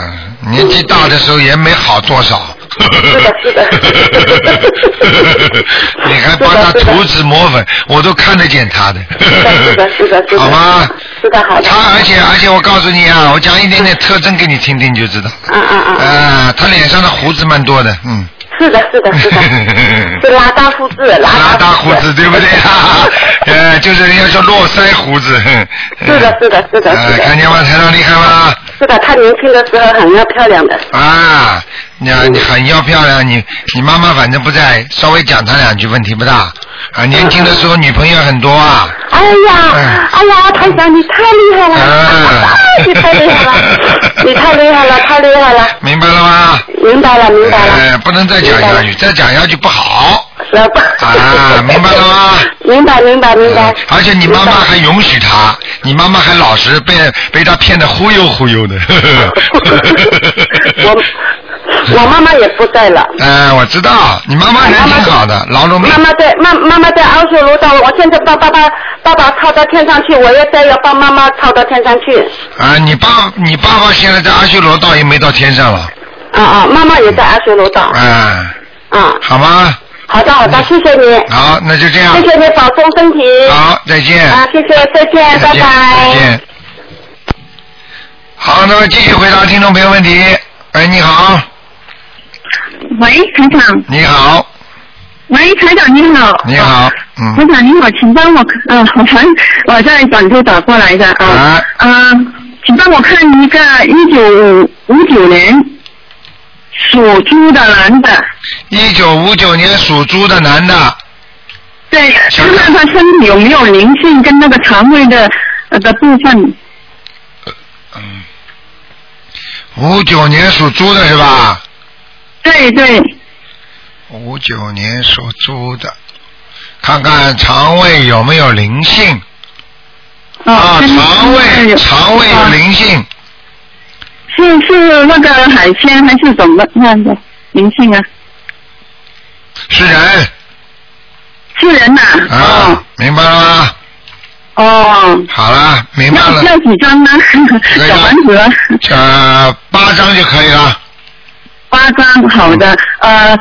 A: 年纪大的时候也没好多少。
G: 是的是的
A: 你还帮他涂脂抹粉，我都看得见他的。
G: 是的，是的，是的，是的。
A: 好吗？
G: 是的，好的。
A: 他而且而且我告诉你啊，我讲一点点特征给你听听就知道。
G: 嗯嗯嗯嗯，
A: 啊，他脸上的胡子蛮多的，嗯，
G: 是的，是的，是的，是拉大胡子， 拉
A: 拉大胡子，对不对啊？ 呃，就是人家说络腮胡子。哼
G: 是的，是的，是的，
A: 呃
G: 是，
A: 看
G: 的，
A: 见吗？台长厉害吗？
G: 是的，她年轻的时候很要漂亮的，
A: 啊，你
G: 嗯
A: 啊你很要漂亮，你你妈妈反正不在，稍微讲她两句问题不大。啊，年轻的时候女朋友很多啊。
G: 嗯哎呀，哎呀，台长你太厉害了，
A: 啊
G: 你太厉害 了，你太厉害了，太厉害了，
A: 明白了吗？
G: 明白了，明白了，
A: 呃，不能再讲下去，再讲下去不好。
G: 是吧？
A: 啊明白了吗？
G: 明白，明白，明白
A: 啊。而且你妈妈还允许他，你妈妈还老实，被被他骗得忽悠忽悠的。
G: 我
A: 嗯
G: 我妈妈也不在了。
A: 哎，我知道，你妈妈人挺好的，劳动命
G: 妈。妈在妈妈妈在阿修罗道，我现在帮爸爸爸爸抄到天上去，我也再要帮妈妈抄到天上去。
A: 啊，你爸你爸爸现在在阿修罗道也没到天上了，
G: 啊啊，妈妈也在阿修罗道。
A: 啊，
G: 啊，
A: 好吗？
G: 好的好的，谢谢你，
A: 好，那就这样。
G: 谢谢你保重身体。
A: 嗯好，再见。
G: 啊，谢谢，再见，
A: 再
G: 拜
A: 见再
G: 拜。
A: 见。好，那么继续回答听众朋友问题。哎，你好，
H: 喂，台长，
A: 你好，
H: 喂，台长你好。
A: 你好，
H: 台
A: 嗯，
H: 长你好，请帮我，嗯、我们我在广州打过来的啊，
A: 啊，
H: 嗯、请帮我看一个一九五九年属猪的男的，
A: 一九五九年属猪的男的，
H: 对，
A: 想
H: 看看他身体有没有灵性跟那个肠胃的、呃的部分，
A: 嗯五九年属猪的是吧？
G: 对对，
A: 五九年属猪的，看看肠胃有没有灵性。
H: 哦
A: 啊，肠
H: 嗯
A: 胃肠胃
G: 啊
A: 有灵性，
G: 是是那个海鲜还是怎么样的灵性啊？
A: 是人
G: 是人呐、
A: 啊，明白了吗？
G: 哦，
A: 好了，明白
G: 要
A: 了，
G: 要几张呢？
A: 那
G: 小房子
A: 个呃八张就可以了。
G: 八张，好的，
A: 嗯
G: 呃。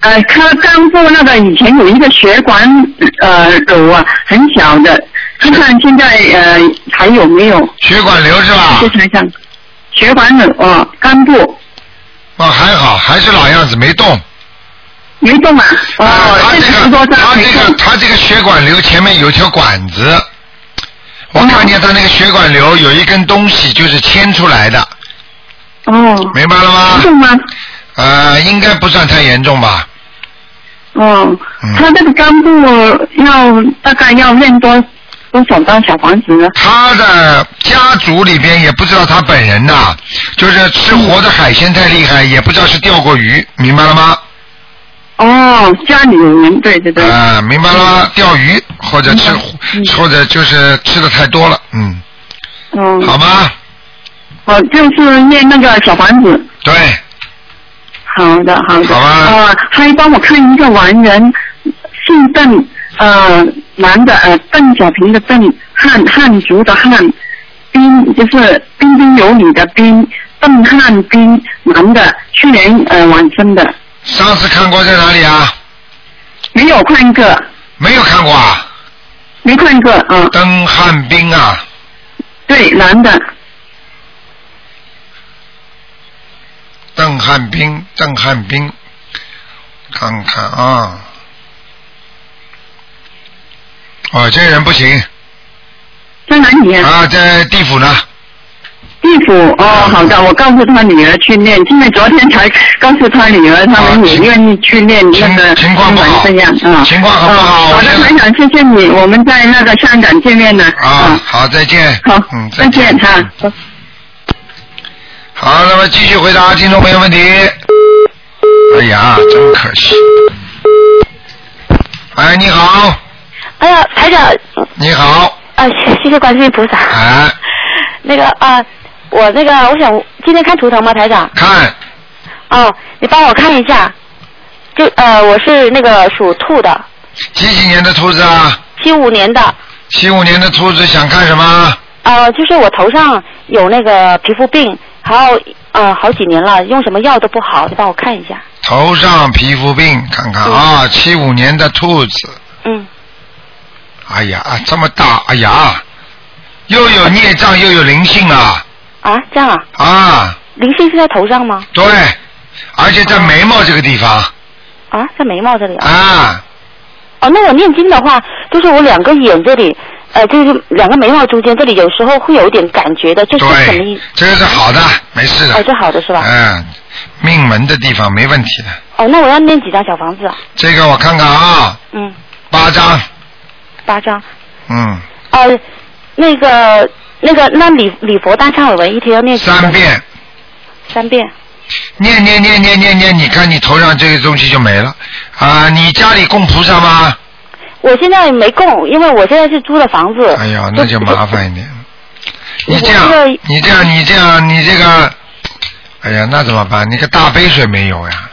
G: 呃，他刚做那个以前有一个血管呃瘤啊，很小的，看看现在呃还有没有？
A: 血管瘤是吧？
G: 谢谢台长，血管瘤哦，肝部
A: 哦，还好，还是老样子，没动。
G: 没动啊。
A: 哦，他这个他这个他这个血管瘤前面有一条管子，我看见他那个血管瘤有一根东西就是牵出来的，
G: 哦，
A: 明白了吗？
G: 动吗？
A: 呃，应该不算太严重吧？
G: 哦，他这个肝部要大概要练多多少张小房子呢？
A: 他的家族里边也不知道他本人呐，就是吃活的海鲜太厉害，也不知道是钓过鱼，明白了吗？
G: 哦，家里有人，对对对。
A: 啊、明白了吗？钓鱼或者吃，或者就是吃的太多了，嗯，
G: 嗯，
A: 好吗？
G: 我就是念那个小房子。
A: 对。
G: 好的，好的。好啊。呃，还帮我看一个完人，姓邓，呃，男的，呃，邓小平的邓，汉汉族的汉，彬就是彬彬有礼的彬，邓汉彬，男的，去年呃晚生的，
A: 上次看过在哪里啊？
G: 没有看过，
A: 没有看过啊。
G: 没看过啊。
A: 邓汉斌啊，
G: 对，男的，
A: 邓汉斌，邓汉斌，看看啊。哦，这个人不行。
G: 在哪里
A: 啊？啊，在地府呢。
G: 地府哦，好的，我告诉他女儿去念，因为昨天才告诉他女儿，他们也愿意去念那个啊情况不好这样啊，情
A: 况很不好
G: 好的，台长，谢谢你，我们在那个香港见面呢，
A: 啊，好，再见。
G: 好，
A: 嗯，
G: 再见哈。
A: 好，那么继续回答听众朋友问题。哎呀，真可惜。哎，你好，
C: 哎呀，台长，
A: 你好，
G: 呃
C: 啊，谢谢谢观世音菩萨。
A: 啊。
C: 那个啊，我那个我想今天看图腾吗，台长？
A: 看。
C: 哦，你帮我看一下，就呃，我是那个属兔的，
A: 几几年的兔子啊？
C: 七五年的，
A: 七五年的兔子想看什么？
C: 呃，就是我头上有那个皮肤病，还有呃好几年了，用什么药都不好，你帮我看一下。
A: 头上皮肤病，看看啊，七五年的兔子。
C: 嗯。
A: 哎呀，啊这么大，哎呀，又有孽障又有灵性啊
C: 啊，这样啊？
A: 啊！
C: 灵性是在头上吗？
A: 对，而且在眉毛这个地方
C: 啊，在眉毛这里啊。
A: 啊，
C: 哦，那我念经的话，就是我两个眼这里，呃，就是两个眉毛中间这里，有时候会有一点感觉的，这是什么意思？
A: 这个是好的，没事
C: 哦，
A: 的，
C: 这好的是吧？
A: 嗯，命门的地方没问题的。
C: 哦，那我要念几张小房子啊？
A: 这个我看看啊，
C: 嗯，
A: 八张，
C: 八张。
A: 嗯，
C: 呃，那个那个，那礼礼佛大忏悔文一天要念几
A: 三遍，
C: 三遍。
A: 念念念念念念，你看你头上这个东西就没了啊！你家里供菩萨吗？
C: 我现在没供，因为我现在是租的房子。
A: 哎呦，那就麻烦一点。你这
C: 我这
A: 样
C: 个，
A: 你这样，你这样，你这个，哎呀，那怎么办？你个大杯水没有呀？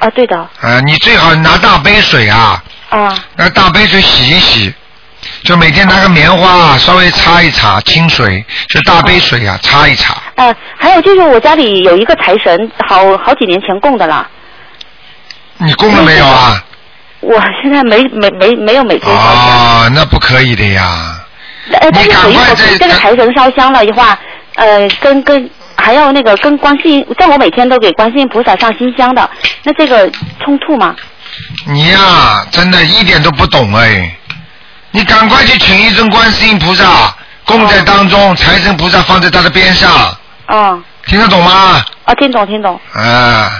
C: 啊，对的，
A: 啊，你最好拿大杯水啊，
C: 啊，
A: 拿大杯水洗一洗，就每天拿个棉花啊，稍微擦一擦，清水就大杯水啊，擦一擦。
C: 呃，还有就是我家里有一个财神，好好几年前供的啦，
A: 你供了没有啊？
C: 我现在没没没没有每天烧香，
A: 啊，那不可以的呀。
C: 呃，但是有一个这个财神烧香了的话，呃，跟跟还要那个跟观世音，但我每天都给观世音菩萨上新香的，那这个冲突吗？
A: 你呀、真的一点都不懂哎！你赶快去请一尊观世音菩萨供在当中，财神菩萨放在他的边上，
C: 啊
A: 听得懂吗？
C: 啊，听懂听懂，
A: 啊，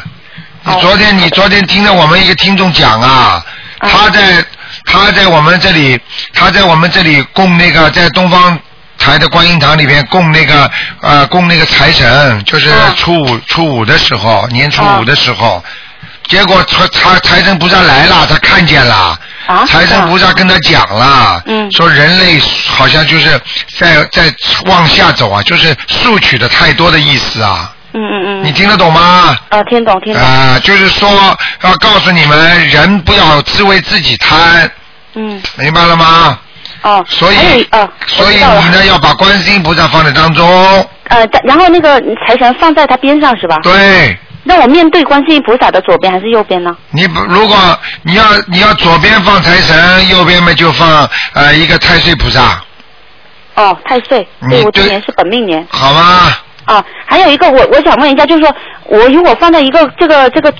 A: 你昨天你昨天听了我们一个听众讲啊，他在他在我们这里，他在我们这里供那个在东方。台的观音堂里边供那个呃供那个财神，就是初五、初五的时候，年初五的时候，结果他他财神菩萨来了，他看见了。财神菩萨跟他讲了，说人类好像就是在在往下走啊，就是索取的太多的意思啊。
C: 嗯嗯嗯。
A: 你听得懂吗？
D: 哦
C: 啊，听懂听懂。
A: 啊、就是说要告诉你们，人不要只为自己贪，
C: 嗯。
A: 明白了吗？
C: 哦。
A: 所以
C: 还有一哦，
A: 所以
C: 我知道了
A: 你呢要把观世音菩萨放在当中，
C: 呃，但然后那个财神放在他边上是吧？
A: 对。
C: 那我面对观世音菩萨的左边还是右边呢？
A: 你不如果你要你要左边放财神，右边嘛就放呃一个太岁菩萨，
C: 哦，太岁，对
A: 你
C: 我今
A: 对
C: 年是本命年。
A: 好吗？
C: 啊，还有一个我我想问一下，就是说我如果放在一个这个这个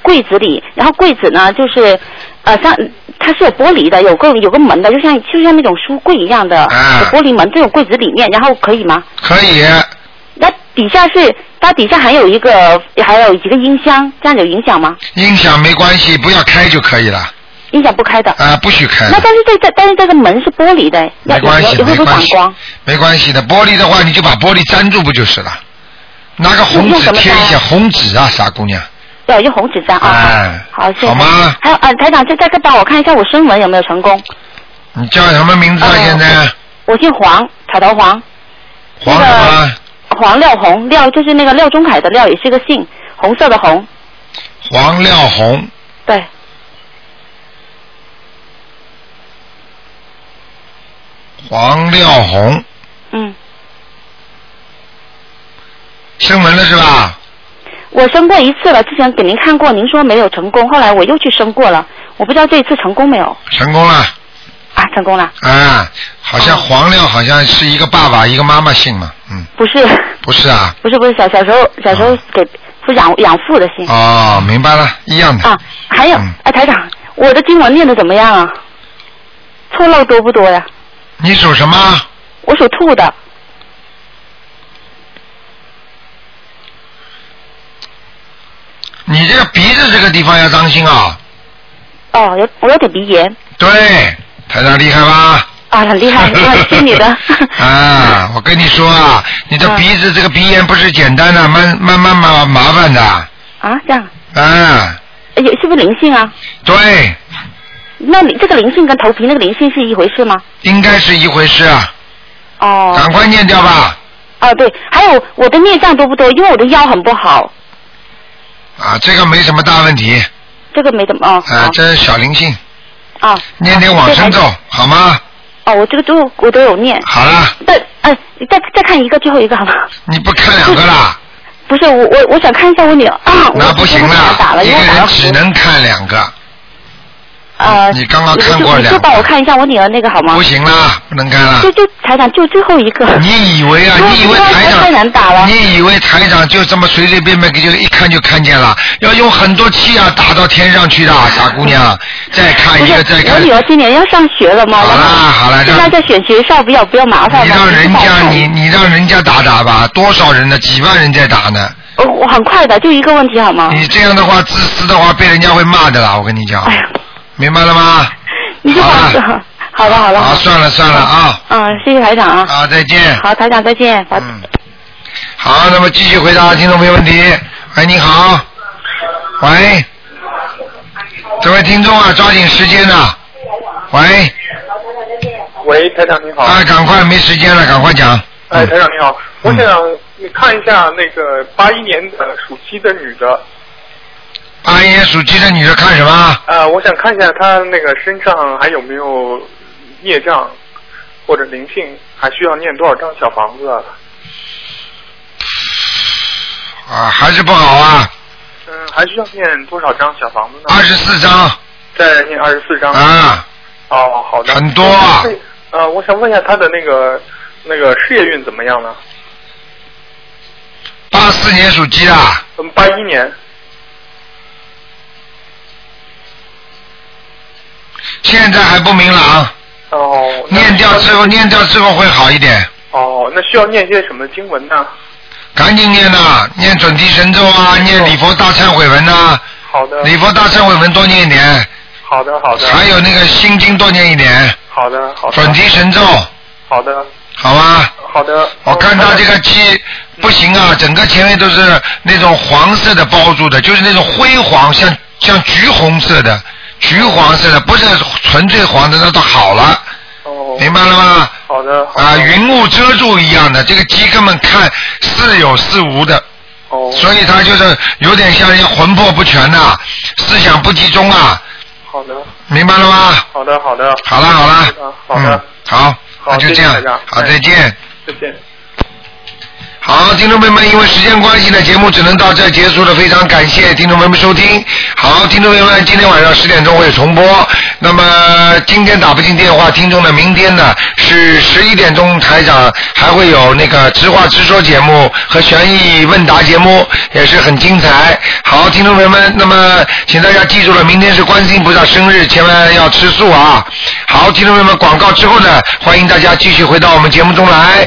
C: 柜子里，然后柜子呢就是呃像它是有玻璃的，有个有个门的，就像就像那种书柜一样的，
A: 啊
C: 有玻璃门这种柜子里面，然后可以吗？
A: 可以。
C: 那底下是它底下还有一个还有几个音箱，这样有影响吗？
A: 音响没关系，不要开就可以了。
C: 音响不开的。
A: 啊，不许开
C: 那
A: 的，
C: 但是这这但是这个门是玻璃的，要
A: 没关系，
C: 有会
A: 没
C: 不会
A: 关
C: 反
A: 系
C: 光？，
A: 没关系的。玻璃的话，你就把玻璃粘住不就是了？拿个红
C: 用
A: 纸
C: 什么
A: 贴一下，
C: 粘
A: 红纸啊，傻姑娘，
C: 要用红纸张啊。
A: 哎，
C: 好，谢谢。
A: 好吗？
C: 还有啊，台长，再再再帮我看一下我声纹有没有成功？
A: 你叫什么名字啊？现在
C: 我姓黄，草头黄，
A: 黄什么？
C: 黄廖红，廖就是那个廖中凯的廖，也是个姓，红色的红。
A: 黄廖红，
C: 对，
A: 黄廖红，
C: 嗯，
A: 声纹了是吧？
C: 我生过一次了，之前给您看过，您说没有成功，后来我又去生过了，我不知道这一次成功没有
A: 成功了，
C: 啊？成功了？
A: 啊，好
C: 哦
A: 像黄廖好像是一个爸爸一个妈妈姓嘛，嗯，
C: 不是，
A: 不是啊？
C: 不是，不是，小小时候小时候给是养养父的姓。
A: 哦，明白了，一样的。嗯
C: 啊，嗯还有，哎，台长，我的经文念的怎么样啊？错漏多不多呀？
A: 你属什么？
C: 我属兔的，
A: 你这个鼻子这个地方要当心啊。
C: 哦，有我有点鼻炎
A: 对，台长厉害吧？
C: 啊，很厉害，我很谢你的。 嗯
A: 啊，我跟你说啊，你的鼻子这个鼻炎不是简单的，慢慢慢麻麻烦的。
C: 啊，这样，
A: 啊，
C: 哎有是不是灵性啊？
A: 对，
C: 那你这个灵性跟头皮那个灵性是一回事吗？
A: 应该是一回事啊。
C: 哦。
A: 赶快念掉吧。
C: 哦，对，还有我的孽障多不多？因为我的腰很不好，
A: 啊，这个没什么大问题，
C: 这个没怎么哦。
A: 啊，这是小灵性，
C: 啊。
A: 念点往生咒
C: 对
A: 好吗？
C: 哦，我这个都我都有念。
A: 好了，
C: 再哎，再再看一个，最后一个好吗？
A: 你不看两个啦，
C: 不是我我我想看一啊下我女儿啊，
A: 那不行
C: 我打
A: 啦，
C: 了，
A: 一
C: 因
A: 个
C: 为我打
A: 人
C: 了
A: 只能看两个，
C: 呃，
A: 你刚刚看过两
C: 你就你
A: 个
C: 就帮我看一下我女儿那个好吗？
A: 不行啦，不能看啦。
C: 就就台长就最后一个。
A: 你以为啊，你以为台长
C: 太难打了。
A: 你以为台长就这么随随便便就一看就看见了？要用很多气啊打到天上去的，傻姑娘。再看
C: 不
A: 一
C: 是
A: 个，再
C: 我
A: 看。
C: 女儿今年要上学了嘛，好啦
A: 好啦
C: 现在在选学校，不要不要麻烦
A: 你
C: 嘛。
A: 让人
C: 不好
A: 家
C: 看
A: 你你让人家打打吧，多少人呢？几万人在打呢？
C: 我哦我很快的，就一个问题好吗？
A: 你这样的话，自私的话，被人家会骂的啦。我跟你讲，明白了吗？
C: 哎你就把我 好了好了，
A: 啊，算了算了啊，
C: 嗯，谢谢台长啊，
A: 啊，再见。嗯
C: 好台长再见，拜
A: 好，那么继续回答听众朋友问题。喂，你好，喂，这位听众啊，抓紧时间呐、喂，
I: 喂，台长你好。
A: 啊，赶快，没时间了，赶快讲。嗯
I: 哎，台长你好，我想呃你看一下那个八一年的属鸡的女的，
A: 八一年属鸡的女的看什么？啊
I: 呃，我想看一下她那个身上还有没有孽障或者灵性，还需要念多少张小房子啊？
A: 啊，还是不好啊，
I: 嗯，还需要念多少张小房子呢？
A: 二十四张
I: 再念二十四张。
A: 啊。
I: 哦，好的。
A: 很多啊
I: 嗯。呃，我想问一下她的那个那个事业运怎么样呢？
A: 八四年属鸡的，
I: 嗯，八一年。
A: 现在还不明朗，
I: 哦。那
A: 念掉之后，念掉之后会好一点，
I: 哦，那需要念些什么经文呢？
A: 赶紧念呐、念准提神咒啊，念礼佛大忏悔文呐、
I: 好的。
A: 礼佛大忏悔文多念一点，
I: 好的，好的。
A: 还有那个心经多念一点，
I: 好的，好的。
A: 准提神咒。
I: 好的，
A: 好吧？
I: 好的。
A: 我看他这个鸡不行啊，整个前面都是那种黄色的包住的，就是那种灰黄，像像橘红色的，橘黄色的，不是纯粹黄的，那都好了。明白了吗？
I: 哦好的。
A: 啊，云雾遮住一样的，这个鸡根本看似有似无的。
I: 哦。
A: 所以他就是有点像人家魂魄不全呐、思想不集中啊。
I: 好的。
A: 明白了吗？
I: 好的，好的。
A: 好了好了
I: 嗯好的，
A: 好，那就这样
I: 谢谢台长，
A: 好，再见。
I: 再见。
A: 好，听众朋友们，因为时间关系呢，节目只能到这儿结束了。非常感谢听众朋友们收听。好，听众朋友们，今天晚上十点钟会有重播。那么今天打不进电话，听众呢，明天呢是十一点钟，台长还会有那个直话直说节目和悬疑问答节目，也是很精彩。好，听众朋友们，那么请大家记住了，明天是观世音菩萨生日，千万要吃素啊。好，听众朋友们，广告之后呢，欢迎大家继续回到我们节目中来。